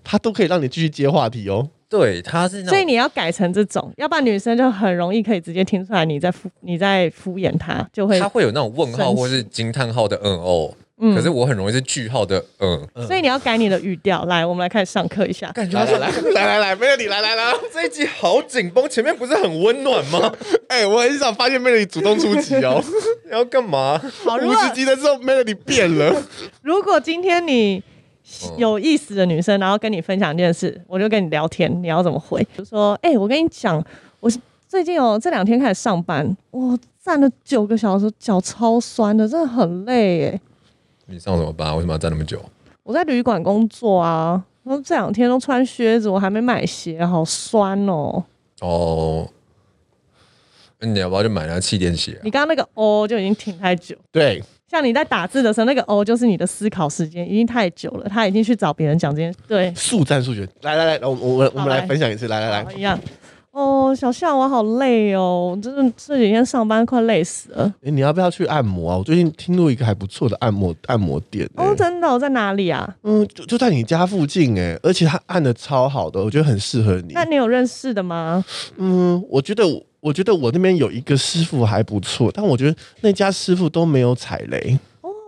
他都可以让你继续接话题哦。
对，他是那种
所以你要改成这种，要不然女生就很容易可以直接听出来你在敷你在敷衍她，就会
他。会有那种问号或是惊叹号的嗯哦，可是我很容易是句号的嗯。
所以你要改你的语调。来，我们来开始上课一下。
感觉
来来来
*laughs*
来来来，Melody 来来来，
这一集好紧绷，前面不是很温暖吗？ *laughs*
哎、我很少发现 Melody 主动出击哦，
你要干嘛？
好，啊如
五
果
十集的时候 Melody 变
*laughs*
了，
如果今天你有意思的女生，然后跟你分享一件事，我就跟你聊天，你要怎么回？比如说，哎、我跟你讲，我是最近哦，这两天开始上班，我站了九个小时，脚超酸的，真的很累耶。
你上什么班？为什么要站那么久？
我在旅馆工作啊，然后这两天都穿靴子，我还没买鞋，好酸哦。
哦，那你要不要去买那气垫鞋啊、
你刚刚那个哦就已经停太久，
对，
像你在打字的时候，那个哦就是你的思考时间已经太久了，他已经去找别人讲这件事，对，
速战速决。来来来，我我们我们
好
来
来
分享一次，来来来，
一样。哦，小夏，我好累哦，真的这几天上班快累死了。
哎、你要不要去按摩啊？我最近听到一个还不错的按摩按摩店、哎
哦，真的、哦，在哪里啊？
嗯，就就在你家附近哎、而且他按的超好的，我觉得很适合你。
那你有认识的吗？
嗯，我觉得我我觉得我那边有一个师傅还不错，但我觉得那家师傅都没有踩雷。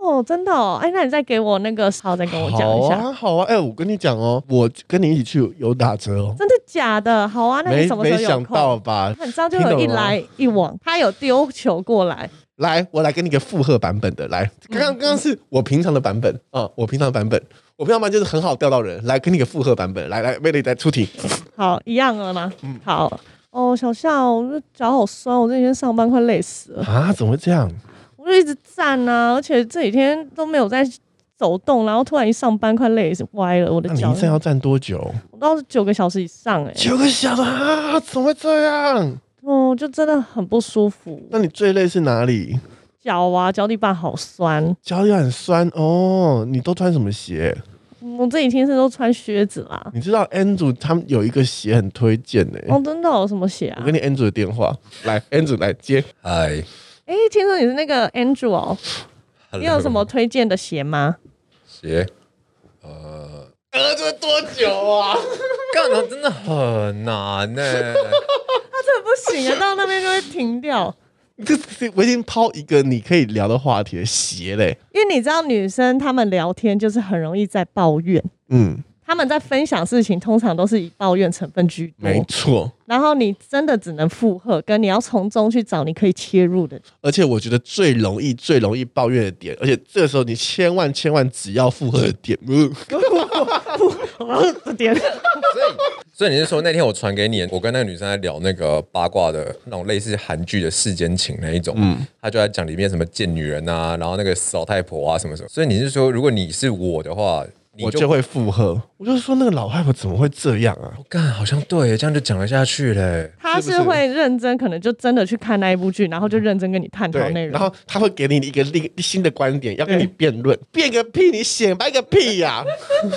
哦，真的、哦，哎，那你再给我那个号，再跟我讲一下，
好啊，好啊，哎、我跟你讲哦，我跟你一起去有打折哦。
真的假的？好啊，那你
没
什么时
没
候有
想
空？
到吧？
很道就
听
有
懂
一
了吗
来一往，他有丢球过来，
来，我来给你个附和版本的。
嗯
来，刚刚刚刚是我平常的版本啊、我平常的版本，我平常版就是很好钓到人。来，给你个附和版本。来来，魅力来出题。
好，一样了吗？
嗯
好。哦，小夏，我这脚好酸，我这几天上班快累死了，
啊，怎么会这样？
我就一直站啊，而且这几天都没有在走动，然后突然一上班快累死歪了，我的
那你
脚
一。站要站多久？
我到九个小时以上哎、
九个小时啊？怎么会这样？
哦，就真的很不舒服，
那你最累是哪里？
脚啊脚底板好酸。
脚底很酸哦。你都穿什么鞋？
我这几天是都穿靴子啦。
你知道 Andrew 他们有一个鞋很推荐呢、
哦，真的有什么鞋
哎我
啊
给？你 Andrew 的电话，来 Andrew 来接。 *laughs*
嗨，
哎、听说你是那个 Andrew 哦，你有什么推荐的鞋吗？
鞋？
呃，这多久啊？ *laughs*
干的真的很难呢、
这不行
*laughs*
啊，到那边就会停掉。
这这我已经抛一个你可以聊的话题了，鞋嘞。
因为你知道，女生她们聊天就是很容易在抱怨，
嗯，
她们在分享事情通常都是以抱怨成分居多。
没错。
然后你真的只能附和，跟你要从中去找你可以切入
*laughs*
的。
而且我觉得最容易、最容易抱怨的点，而且这个时候你千万千万只要附和的点，嗯，
这点
所以 *laughs* 你是说那天我传给你，我跟那个女生在聊那个八卦的那种类似韩剧的世间情那一种，嗯，她就在讲里面什么贱女人啊，然后那个死老太婆啊什么什么。所以你是说，如果你是我的话，你
我就会附和。我就说那个老外婆怎么会这样啊？
干，好像对耶，这样就讲得下去嘞。
他
是不
是
是
会认真，可能就真的去看那一部剧，然后就认真跟你探讨
对
内，容。
然后他会给你一个另新的观点，要跟你
对
辩论，辩个屁，你显摆个屁呀、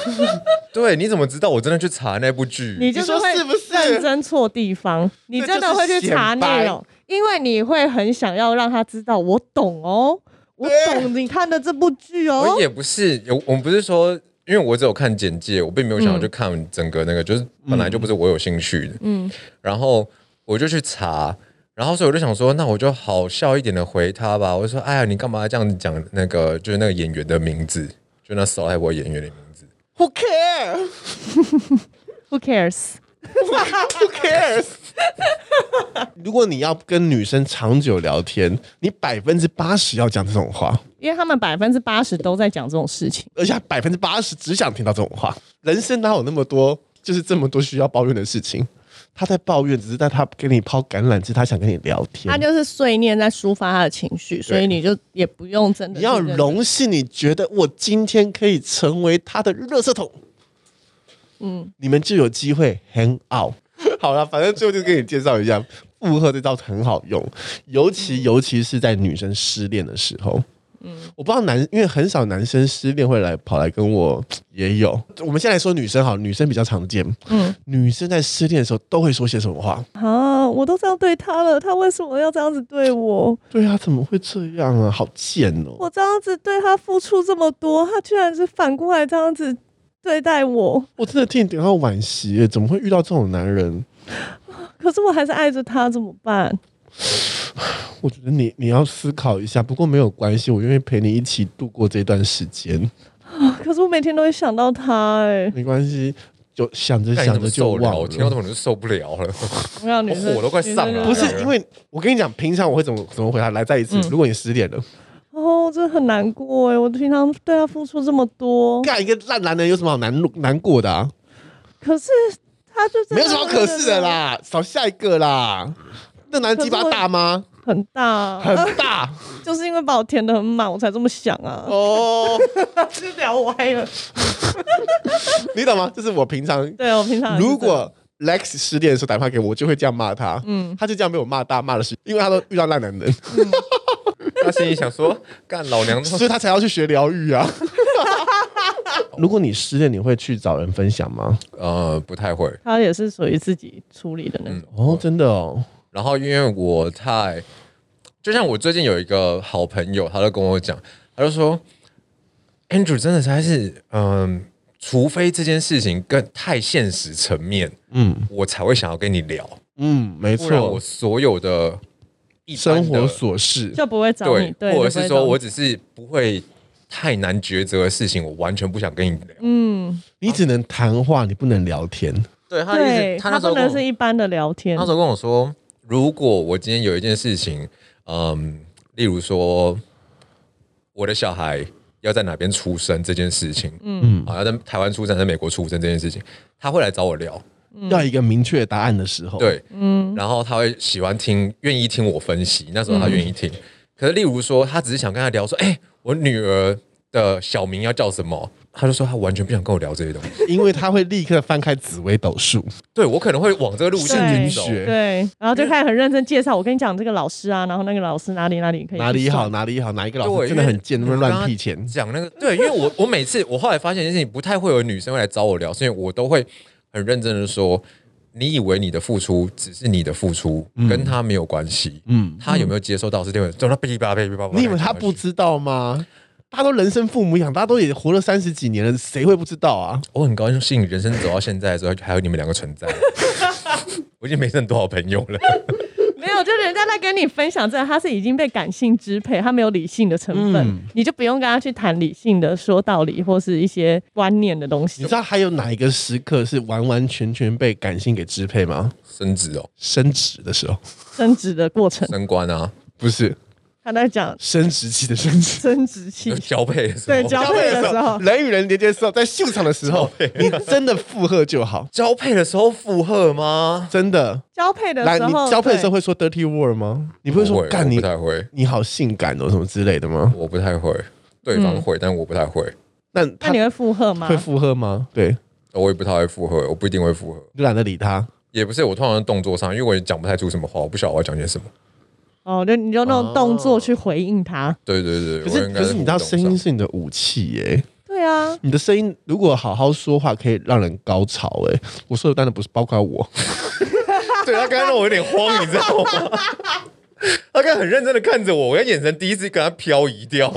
*laughs*
对，你怎么知道我真的去查那部剧？
你就是会
你说是不是
认真错地方，你真的会去查内容，因为你会很想要让他知道我懂哦，我懂你看的这部剧哦
我。也不是，有我们不是说，因为我只有看简介，我并没有想要去看整个那个，就是本来就不是我有兴趣的。嗯，然后我就去查，然后所以我就想说，那我就好笑一点的回他吧。我就说，哎呀，你干嘛这样讲那个，就是那个演员的名字，就那时候还我演员的名字。
Who care?
Who cares？
Who cares? 如果你要跟女生长久聊天，你百分之八十要讲这种话，
因为他们百分之八十都在讲这种事情。
而且百分之八十只想听到这种话。人生哪有那么多，就是这么多需要抱怨的事情？他在抱怨，只是在他跟你抛橄榄枝，他想跟你聊天。
他就是碎念在抒发他的情绪，所以你就也不用真的
你
去
要
认真
荣幸，你觉得我今天可以成为他的热色桶，嗯，你们就有机会 hang out。好 *laughs* 了，反正最后就给你介绍一下，附和这招很好用，尤其尤其是在女生失恋的时候。我不知道男，因为很少男生失恋会来跑来跟我，也有。我们先来说女生好了，女生比较常见。嗯，女生在失恋的时候都会说些什么话？
啊！我都这样对他了，他为什么要这样子对我？
对啊，怎么会这样啊？好贱哦、
我这样子对他付出这么多，他居然是反过来这样子对待我。
我真的替你感到惋惜耶，怎么会遇到这种男人？
可是我还是爱着他，怎么办？
我觉得你你要思考一下，不过没有关系，我愿意陪你一起度过这段时间，
可是我每天都会想到他、哎，
没关系，就想着
那你
想
怎么
着就
受了？
忘
我听到这
了。
种就受不了 *laughs* 了。
我让女
我
生
火都快上来了
不
女
是
生就
因为我跟你讲，平常我会怎么怎么回答？来再一
嗯
次，如果你失恋了，
哦，真的很难过哎、我平常对他付出这么多，
干一个烂男人有什么好难难过的啊？
可是他就真的
没有什么好可视的，啦，找下一个啦。那男人鸡巴大吗？
很大，
很大
就是因为把我填的很满，我才这么想啊。
哦，
就聊歪了。
你懂吗？这是我平常
对我平常
啊
也是这样
如果 Lex 失恋的时候打电话给我，我就会这样骂他。嗯，他就这样被我骂大，骂了十，因为他都遇到烂男人，
他心里想说，干老娘
所以他才要去学疗愈啊。 *laughs* 如果你失恋，你会去找人分享吗？
呃不太会。
他也是属于自己处理的那
嗯
种，
哦，真的哦，
然后因为我太，就像我最近有一个好朋友，他就跟我讲，他就说，Andrew 真的才是，嗯，除非这件事情更太现实层面，
嗯
我才会想要跟你聊，
嗯，没
不然
错
我，所有的一般的
生活琐事，
就不会找你，
对，
对，
或者
就不
是
会找
说
你
我只是不会太难抉择的事情，我完全不想跟你聊。
嗯
你只能谈话，你不能聊天。
对他
对，他不能
跟我
是一般的聊天
他那，时候跟我说，如果我今天有一件事情，嗯，例如说我的小孩要在哪边出生这件事情，嗯，好，要在台湾出生，在美国出生这件事情，他会来找我聊，
要一个明确答案的时候，，
对，哦嗯，然后他会喜欢听，愿意听我分析，那时候他愿意听。可是例如说，他只是想跟他聊说，哎、我女儿的小名要叫什么？他就说他完全不想跟我聊这些东西。
因为他会立刻翻开紫微斗数，
对我可能会往这个路
是
线
你
去走，
学
对，然后就开始很认真介绍。我跟你讲这个老师啊，然后那个老师哪里哪里可以
哪里好
去
哪里好，哪一个老
对，
师真的很贱，
因
那
为
么
我刚
乱
刚
屁钱。
讲那个，对，因为我我每次我后来发现一件事情，不太会有女生会来找我聊，所以我都会很认真的说，你以为你的付出只是你的付出，
嗯
跟他没有关系，嗯，他有没有接受到是另外，就他哔哩吧啦哔哩吧啦，
你以为他不？知道吗？大家都人生父母养，大家都也活了三十几年了，谁会不知道啊？
我很高兴人生走到现在的时候，还有你们两个存在， *laughs* 我已经没剩多少朋友了。
没有，就人家在跟你分享这个，他是已经被感性支配，他没有理性的成分，
嗯
你就不用跟他去谈理性的说道理或是一些观念的东
你
西
知。道还有哪一个时刻是完完全全被感性给支配吗？
升职哦，
升职的时候，
升职的过程，
升官啊，
不是
他在讲
升职期的升职，
升职期
就，交配的时
*laughs* 对
候，
交配的时候，
人与人连接的时候，在秀场的时候，你真的附和就好，
交配的时候附和吗？
真的。
交配的
来，
时
你
候，
交配的时候
对
会说 dirty word 吗？你不会
不
说
会
干
我
你
不太会，
你好性感哦什么之类的吗？嗯
我不太会，对方会，但我不太会。
但
那
他
你会附和吗
会？附和吗？对，
我也不太会附和，我不一定会附和，
就懒得理他。
也不是我通常动作上，因为我也讲不太出什么话，我不晓得我要讲些什么。
哦，就你就那种动
哦
作去回应他。
对对对，
可
我
是
应该
可是你知道，
互动
声音
上
是你的武器耶、
对啊，
你的声音如果好好说话，可以让人高潮哎、我说的当然不是包括我，
对他刚刚让我有点慌，你知道吗？他刚刚很认真的看着我，我的眼神第一次跟他漂移掉。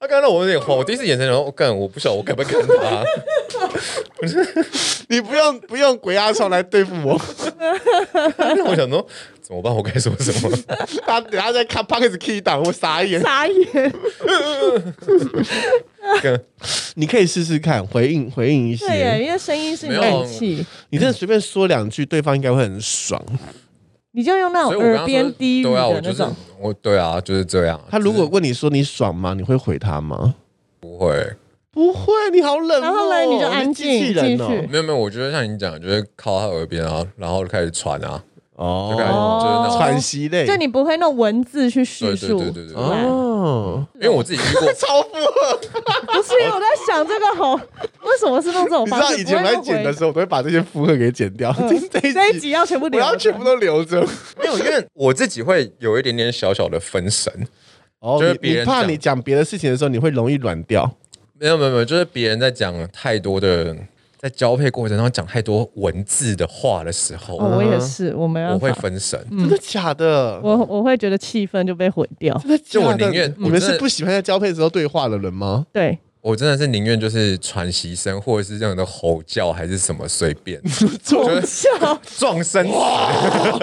他刚刚让我有点慌，我第一次眼神然后我干，我不晓得我该不该看他。
你不用不用鬼压床来对付我，
让我想说怎么办，我该说什么？
他等下再看 p o c k e t key 档，我傻
*laughs*
眼。
傻
*laughs*
眼。
跟
你可以试试看，回应回应一
对耶，
些，
因为声音是你
没
的
有啊
武器，
你真的随便说两句，对方应该会很爽。
你就用那
所以
种
我刚
哦
刚说
耳边低语
对啊，我
的
就
那
是
种。
我对啊，就是这样。
他如果问你说你爽吗？你会回他吗？
不会，
不会，你好冷、哦。
然后呢，你就安
你
静
是机器
继
人哦
续。
没有没有，我觉得像你讲，就是靠他耳边啊，然后就开始喘啊，就开始
哦，
就是那种
哦
喘息类，
就你不会弄文字去叙
对对
述
对对对，
出来
哦，，
因为我自己遇过
超负荷。
不是因为我在想这个好，为什么是用这种
你
方
知道
式？
以前我
不会
在
用
剪的
回嗯
时候，我都会把这些负荷给剪掉。今这
这
一
一集要全部
我
留着，
要全部都留着。
没有，因为我自己会有一点点小小的分神，
哦
就是
你
别
你
人
怕
讲
你讲别的事情的时候，你会容易软掉。
没有没有没有，就是别人在讲太多的在交配过程当中讲太多文字的话的时候，
哦，我也是，我没
我
办
会
法，
分神。
真的假的？
我我会觉得气氛就被毁掉。
真的假
就
的？
我宁愿
你
我
们
真
是
的
不喜欢在交配的时候对话的人吗？
对，
我真的是宁愿就是喘息声，或者是这样的吼叫，还是什么随
*laughs*
便
我笑，
撞生死。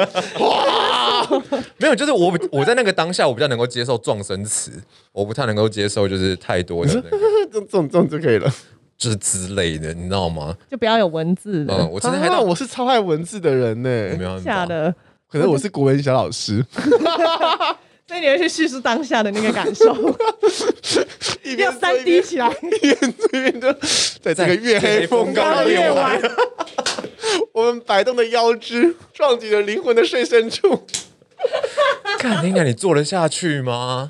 没有，就是我比我在那个当下，我比较能够接受撞生词，我不太能够接受就是太多的、那个，
这种这种这种就可以了。
就是之类的，你知道吗？
就不要有文字
嗯，
的，
我真的还
啊
到
我是超爱文字的人
没
呢，
有办法
假的。
可能我是国文小老师，
所以你会去叙述当下的那个感受，
*laughs* 一
要
边
三 D 起来。
一边做一边就在这个月黑风高的夜晚，我们摆动的腰肢撞击着灵魂的最深处。
看天啊，你做得下去吗？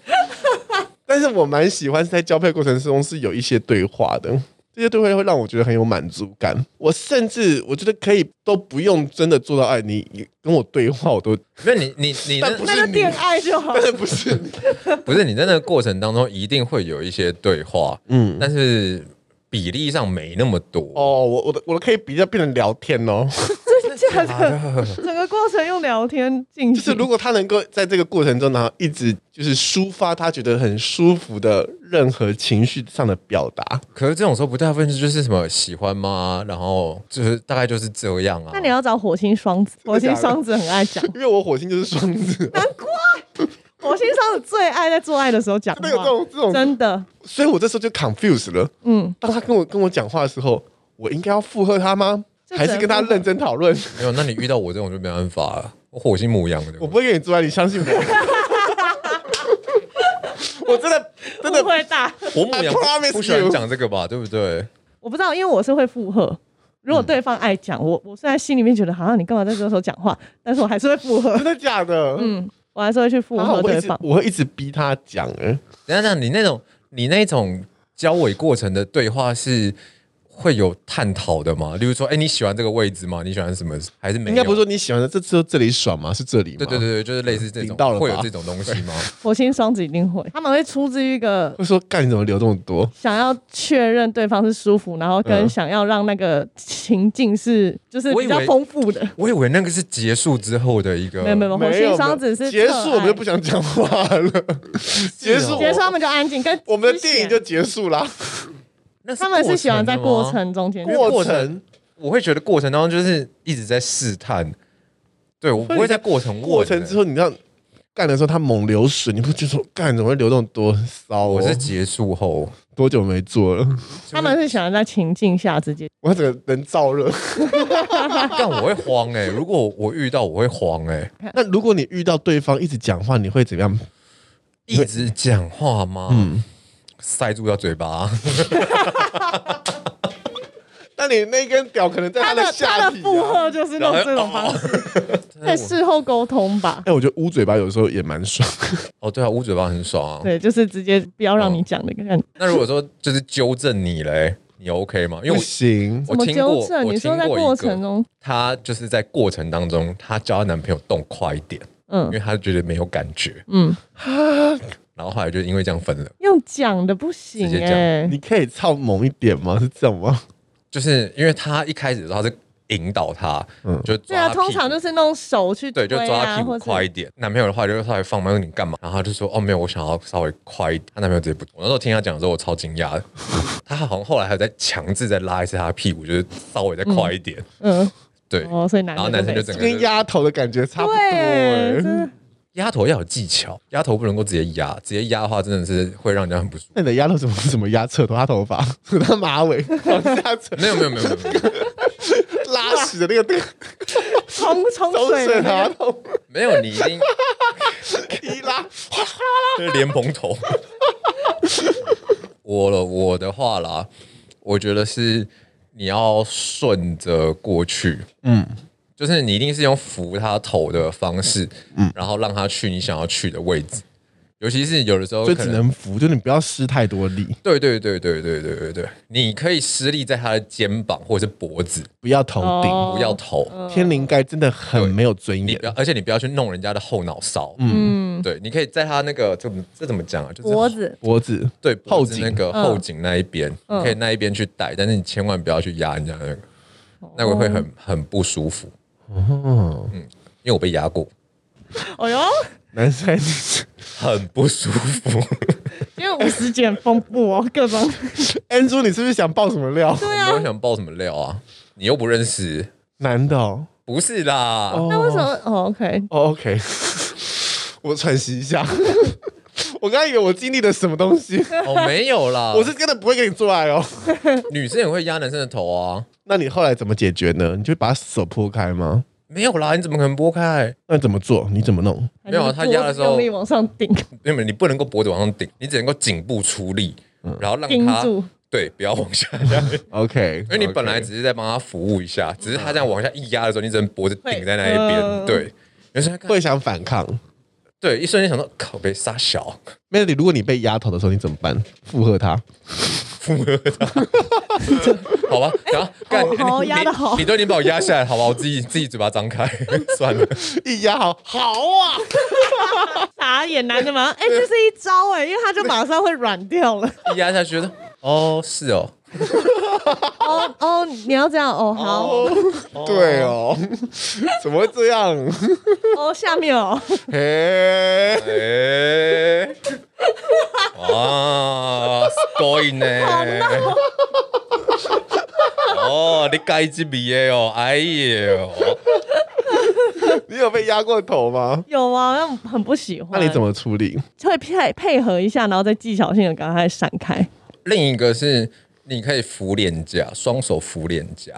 但是我蛮喜欢在交配过程中是有一些对话的，这些对话会让我觉得很有满足感。我甚至我觉得可以都不用真的做到爱你，你跟我对话我 *laughs* 都，
没有，你你你那
但不
那
是
就
你
恋爱就好
*laughs* 但。是不是你
不是你在那个过程当中一定会有一些对话，嗯，但是比例上没那么多。
哦，我我的我的可以比较变成聊天哦，
真假的，整个过程用聊天进
啊就是
行。
如果他能够在这个过程中，然后一直就是抒发他觉得很舒服的任何情绪上的表达，
可是这种时候不大部分就是什么喜欢吗？然后就是大概就是这样啊。
那你要找火星双子，火星双子很爱
*laughs*
讲，
因为我火星就是双子，
火星双子最爱在做爱的时候讲话
真的有这种这种
真的，
所以我这时候就 confuse 了。嗯，当他跟我跟我讲话的时候，我应该要附和他吗？
就只
还
能
是跟他认真讨论？
没有，那你遇到我这种就没办法了。我火星母羊的，
我不会跟你做爱，你相信我。 *laughs* 我真的真的
误会大。
我母羊
I promise
不喜欢
you
讲这个吧，对不对？
我不知道，因为我是会附和。如果对方爱
嗯
讲，我我虽然心里面觉得好像你干嘛在这个时候讲话，但是我还是会附和
真，的假的？嗯，
我还是会去附
然后
和
我会一
对
直
方。
我会一直逼他讲哎。
等一下等一下，你那种你那种交尾过程的对话是会有探讨的吗？例如说，哎，你喜欢这个位置吗？你喜欢什么？还是没有？
应该不是说你喜欢的，这只有这里爽吗？是这里吗？
对对对对，就是类似这种
顶到了吧
会有这种东西吗？
火星双子一定会，他们会出自于一个
会说干你怎么留这么多？
想要确认对方是舒服，然后跟
嗯
想要让那个情境是就是
我以
比较
为
丰富的。
我以为那个是结束之后的一个，
没有没有，火
没有哦
星双子是
结
特
束，我们
爱
就不想讲话了。结束，
结束，他们就安静。跟
我们的
之前
电影就结束啦。
那是
他们是喜欢在
过
过
程的吗，
程中间
为
过
过程
程
我会觉得过程当中就是一直在试探，对我不会在过程问
过程之，后，你知道干的时候他猛流水，你不觉得说干怎么会流动多骚、哦？
我是结束后，
多久没做了？ *laughs*
他们是喜欢在情境下直接。
我整个人燥热。
但啊我会慌哎、如果我遇到我会慌哎、
那如果你遇到对方一直讲话，你会怎么样？
一直讲话吗？嗯，塞住到嘴巴，
但那你那根屌可能在
他的
下
他
体、
的
啊。
负荷就是弄这种
哦
方式，在事后沟通吧。
哎、我觉得捂嘴巴有时候也蛮爽。
哦，对啊，捂嘴巴很爽啊。
对，就是直接不要让你讲的感觉。
那如果说就是纠正你嘞，你 OK 吗？因为我
行，
我
怎么
听过，
纠正？
我听
你说在
过一
过
个
程，中，
她就是在过程当中，她叫她男朋友动快一点，因
嗯
为她觉得没有感觉，啊
嗯，
然后后来就因为这样分了。
用讲的不行
直接讲
哎、
你可以操猛一点吗？ *laughs* 是这样吗？
就是因为她一开始的时候她是引导他，就
对
抓
啊，
她屁股
通常就是弄手去推
对，
啊，
就抓他屁股
或者
快一点。男朋友的话就是稍微放慢，说你干嘛？然后他就说哦没有，我想要稍微快一点。她男朋友直接不，我那时候听他讲的时候，我超惊讶的。他好像后来还在强制再拉一次他的屁股，就是稍微再快一点。
嗯，
对，
哦，所以男
然
的
后男生就
没
整
这
个
跟
就
丫头的感觉差不多、
对，
欸。
真的
压头要有技巧，压头不能够直接压，直接压的话真的是会让人家很不舒服。
那你的丫头怎么怎么压侧头？她头发， *laughs* 她马尾往下扯，
没有没有没有没有没有
拉屎的那个那个
冲冲
都
*laughs* 水
是
的那
她
个
头
没有，你一定
一拉，
就是莲蓬头。 *laughs* 我了，我的话啦，我觉得是你要顺着过去，嗯，就是你一定是用扶他头的方式，嗯，然后让他去你想要去的位置，尤其是有的时候
就
可
只能扶，就你不要施太多力，
对对对对对对对对，你可以施力在他的肩膀或者是脖子，
不要头顶。
哦
不要头，
天灵盖真的很没有尊
你
严
不要，，而且你不要去弄人家的后脑勺，
嗯，
对，你可以在他那个这怎么这怎么讲啊？就是
脖子
脖子
对
后
后颈
颈
那个
嗯
后颈那一边，
嗯
你可以那一边去带，但是你千万不要去压人家那个，那个会很很不舒服。嗯，因为我被压过，
哦哟，
男生
*laughs* 很不舒 *laughs* 服。
因为五十减风布哦，各种 *laughs*
Andrew，你是不是想爆什么料？
我没有想爆什么料啊，你又不认识，
男的哦，
不是啦。
哦
那为什么？哦，OK，
哦，OK，我喘息一下。 *laughs* 我刚刚以为我经历了什么东西，
哦，没有啦，
*laughs* 我是真的不会跟你做爱哦。
女生也会压男生的头啊，
那你后来怎么解决呢？你就把手剖开吗？
没有啦，你怎么可能拨开？
那怎么做？你怎么弄？
还
没有啊
是
他压的时候
脖子用力往上顶，
因为你不能够脖子往上顶，你只能够颈部出力，然后让
盯
他
住
对不要往下压。
哦 OK，
因为你本来只是在帮他服务一下，只是他这样往下一压的时候，你只能脖子顶在那一边，
会呃
对。有时候看
会想反抗。
对，一瞬间想到靠被杀小，
m e 如果你被压头的时候，你怎么办？附和他，
附和
*laughs*
他，好吧，然后干
好
你
哎好
你
压得好
你都已经把我压下来，好吧，我自己自己嘴巴张开 *laughs* 算了，
一压好，好啊！
*laughs* 傻眼男的 *laughs* 嘛，哎，这是一招哎，因为他就马上会软掉了。
一压下去就说哦是哦，
哦 *laughs* 哦，你要这样哦，好
对哦，怎么会这样？
哦，下面哦，
*laughs*
*laughs*
嘿，
哎，哇，过瘾呢，哦，你改这味的哦，哎呦，
你有被压过头吗？
有啊，那很不喜欢。
那你怎么处理？
会配配合一下，然后再技巧性的赶快闪开？
另一个是你可以扶脸颊，双手扶脸颊，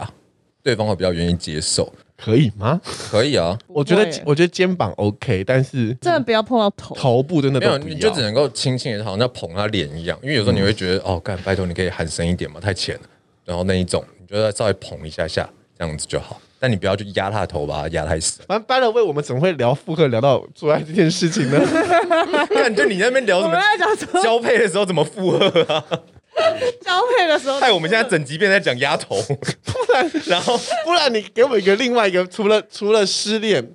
对方会比较愿意接受。
可以吗？
可以啊，
我觉得
不会，
我觉得肩膀 OK，但是
真的不要碰到头。
头部真的
没
都
有
不
你就
要。
只。能够轻轻的，好像在捧他脸一样。因为有时候你会觉得，哦，干，拜托你可以喊深一点嘛，太浅了。然后那一种，你就稍微捧一下下，这样子就好。但你不要去压他的头，把他压太死
完，by the way，我们怎么会聊妇科聊到做爱这件事情呢？
看，就你在那边聊
我
什
们
么 *laughs*
在讲说
交配的时候怎么附和 *laughs* 啊？
交配的时候，
害我们现在整集变在讲压头，然后
不然你给我一个另外一个，除了除了失恋，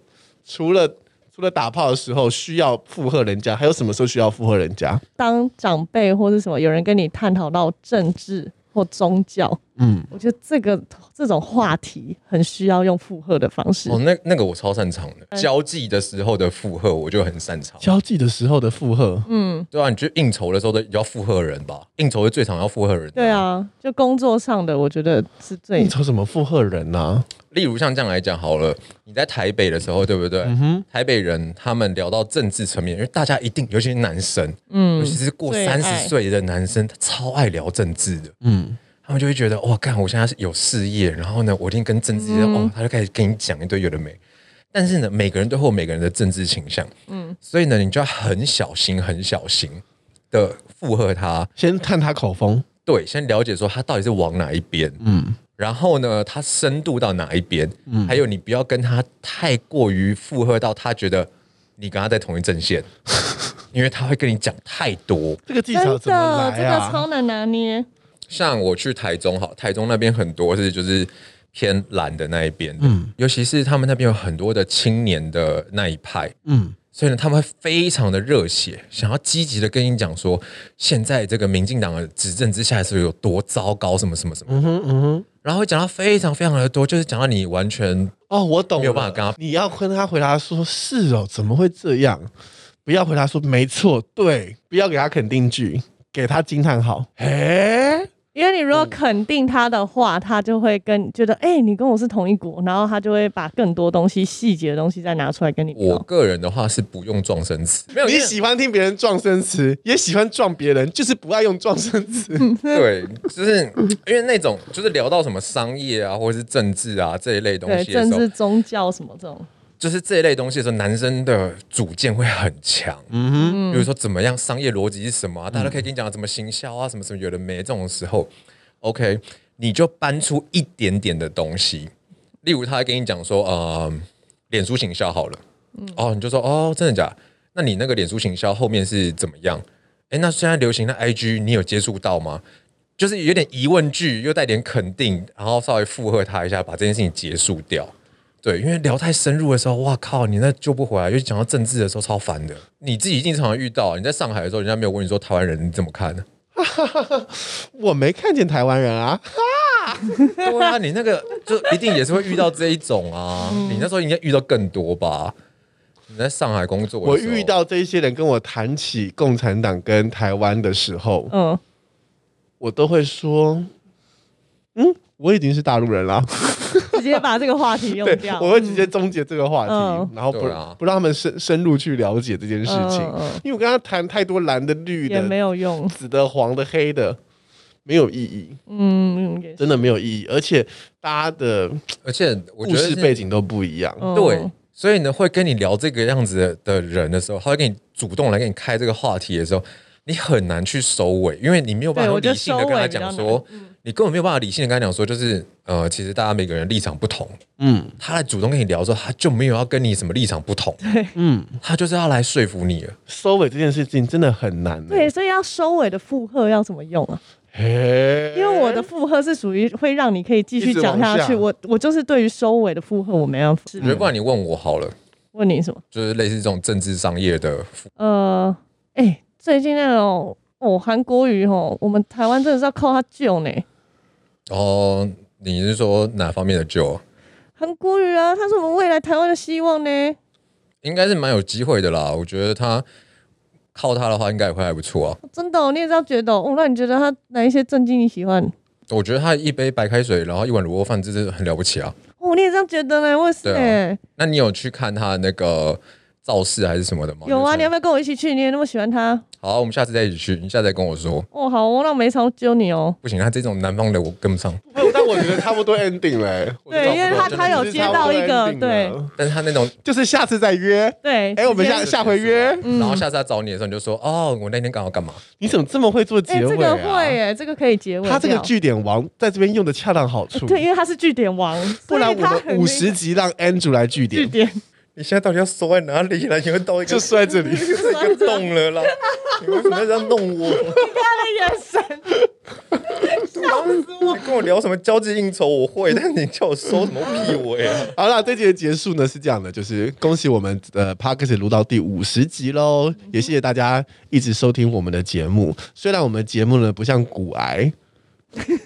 除了除了打炮的时候需要附和人家，还有什么时候需要附和人家？
当长辈或是什么有人跟你探讨到政治或宗教，嗯，我觉得这个这种话题很需要用附和的方式。
哦，那那个我超擅长的，交际的时候的附和我就很擅长。
交际的时候的附和，嗯，
对啊，你去应酬的时候都要附和人吧？应酬是最常要附和人的。
对，啊，就工作上的，我觉得是最
你愁什么附和人啊呢、
例如像这样来讲好了，你在台北的时候，对不对？
嗯
台北人他们聊到政治层面，因为大家一定，尤其是男生，嗯，尤其是过
最
三
爱
十岁的男生，他超爱聊政治的，嗯。他们就会觉得哇，干！我现在是有事业，然后呢，我一定跟政治
嗯
界、哦，他就开始跟你讲一堆有的没。但是呢，每个人都会有每个人的政治倾向，嗯，所以呢，你就要很小心、很小心的附和他，
先探他口风，
对，先了解说他到底是往哪一边，嗯，然后呢，它深度到哪一边，还有你不要跟他太过于附和到他觉得你跟他在同一阵线，因为他会跟你讲太多。
这个技
真
巧
的
怎么来
这个
啊？
超难拿捏。
像我去台中好，台中那边很多是就是偏蓝的那一边的，尤其是他们那边有很多的青年的那一派，
嗯，
所以呢，他们会非常的热血，想要积极的跟你讲说，现在这个民进党的执政之下是有多糟糕，什么什么什么，嗯哼嗯哼，然后会讲到非常非常的多，就是讲到你完全
哦，我懂了，
没有办法跟他
你要跟他回答说：“是哦，怎么会这样？”不要回答说“没错”，对，不要给他肯定句，给他惊叹号。哎，
因为你如果肯定他的话，他就会跟觉得，哎、你跟我是同一国，然后他就会把更多东西、细节的东西再拿出来跟你
我
聊。
个人的话是不用撞生词，没有
你
因为
喜欢听别人撞声词，也喜欢撞别人，就是不爱用撞声词。
嗯
对，就是因为那种就是聊到什么商业啊，或者是政治啊这一类东
对，
西的
政
时候
治、，宗教什么这种，
就是这一类东西的时候，男生的主见会很强。
嗯
比如说怎么样商业逻辑是什么、啊，大家都可以跟你讲怎么行销啊，什么什么有的没这种时候，OK，你就搬出一点点的东西，例如他还跟你讲说，呃，脸书行销好了，哦，你就说哦，真的假的那你那个脸书行销后面是怎么样？哎，那现在流行的 IG 你有接触到吗？就是有点疑问句，又带点肯定，然后稍微附和他一下，把这件事情结束掉。对，因为聊太深入的时候，哇靠，你那救不回来。尤其讲到政治的时候，超烦的。你自己一定常常遇到，你在上海的时候，人家没有问你说台湾人你怎么看呢？
哼， *laughs* 我没看见台湾人啊。
对啊，你那个就一定也是会遇到这一种啊。你那时候应该遇到更多吧？你在上海工作，
我遇，到这些人跟我谈起共产党跟台湾的时候，
嗯，
我都会说：“嗯，我已经是大陆人啦。”
直接把这个话题用
对，
掉。
*laughs* 我会直接终结这个话题，
嗯
然后不、
对啊
不让他们深深入去了解这件事情，
嗯嗯嗯
因为我跟他谈太多蓝的、绿
也没
的、
有用，
紫的、黄的、黑的，没有意义，
嗯，嗯也是
真的没有意义，而且大家的
而且我觉
故
得是
事背景都不一样。
嗯
对，所以呢，会跟你聊这个样子的人的时候，他会跟你主动来跟你开这个话题的时候，你很难去收尾，因为你没有办
对
法
我觉
理
得
性的
收
跟他
尾比较
讲
难嗯
说，你根本没有办法理性的跟他讲说，就是呃，其实大家每个人立场不同，
嗯
他来主动跟你聊的时候，他就没有要跟你什么立场不
*laughs*
同，
嗯，
他就是要来说服你了。
收尾这件事情真的很难、
对，
欸。
所以要收尾的附和要怎么用啊？
对
因为我的附和是属于会让你可以继续讲
嗯一直
下
往下
去。我我就是对于收尾的附和我没办法。
我觉得不然你问我好了，
问你什么？
就是类似这种政治商业的，
呃，哎、最近那种哦，韩国瑜哦，我们台湾真的是要靠他救呢。
哦，你是说哪方面的救？
韩国瑜啊，他是我们未来台湾的希望呢。
应该是蛮有机会的啦，我觉得他靠他的话，应该也会还不错啊。
真的哦、你也这样觉得哦？哦那你觉得他哪一些政绩你喜欢？
我觉得他一杯白开水，然后一碗卤肉饭，这是很了不起啊。
哦，你也这样觉得呢？我也是
对啊
哎、
那你有去看他的那个造势还是什么
哦
的吗？
有啊，你要
有
不要跟我一起去？你也那么喜欢他？
好，我们下次再一起去，你下次再跟我说。
哦，好哦，那我没超揪你哦。
不行，他这种南方的我跟不上， *laughs*
不但我觉得差不多 ending 了、欸。我觉得
对，因为他
真的
他有
是
接
差不
到
多
一个
ending
对
了，
但是他那种，
就是下次再约。
对。
哎、我们
时间
下下回约。
然后下次他找你的时候，你就说哦，我那天刚好干嘛？
你怎么这么会做
哎、
结尾、
这
啊？
个会哎、这个可以结尾掉。
他这个据点王在这边用的恰到好处，
对，因为他是据点王，
不
所
然
以他
我
很
们五十
厉害
集让 Andrew 来据
据
点，
点。 *laughs*
你现在到底要缩在哪里了？你会到一
*laughs* 就摔这里。
个洞了啦！你为什么要这样弄我？
眼神，
你跟我聊什么交际应酬我会，但是你叫我收什么屁尾啊？ *laughs*
好了，这集的结束呢是这样的，就是恭喜我们呃 p a r k e s 录到第五十集喽，也谢谢大家一直收听我们的节目。虽然我们的节目呢不像骨癌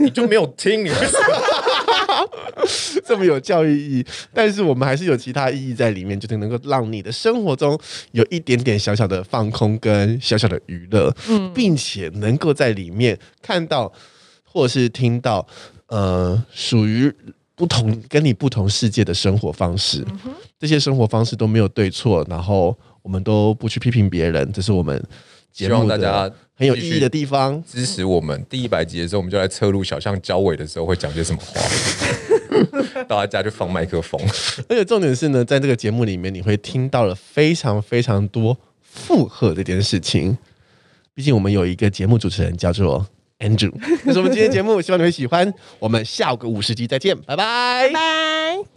你就没有听，你为什么？
*laughs* 这么有教育意义，但是我们还是有其他意义在里面，就是能够让你的生活中有一点点小小的放空跟小小的娱乐，并且能够在里面看到或是听到呃属于不同跟你不同世界的生活方式。这些生活方式都没有对错，然后我们都不去批评别人，这是我们节
希
目
望
的
大家
很有意义的地方。
支持我们。第一百集的时候，我们就来测录小象交尾的时候会讲些什么话，到他家就放麦克风。
而且重点是呢，在这个节目里面，你会听到了非常非常多附和这件事情。毕竟我们有一个节目主持人叫做 *laughs* Andrew。这是我们今天的节目，希望你会喜欢。我们下午个五十集再见，拜拜
拜。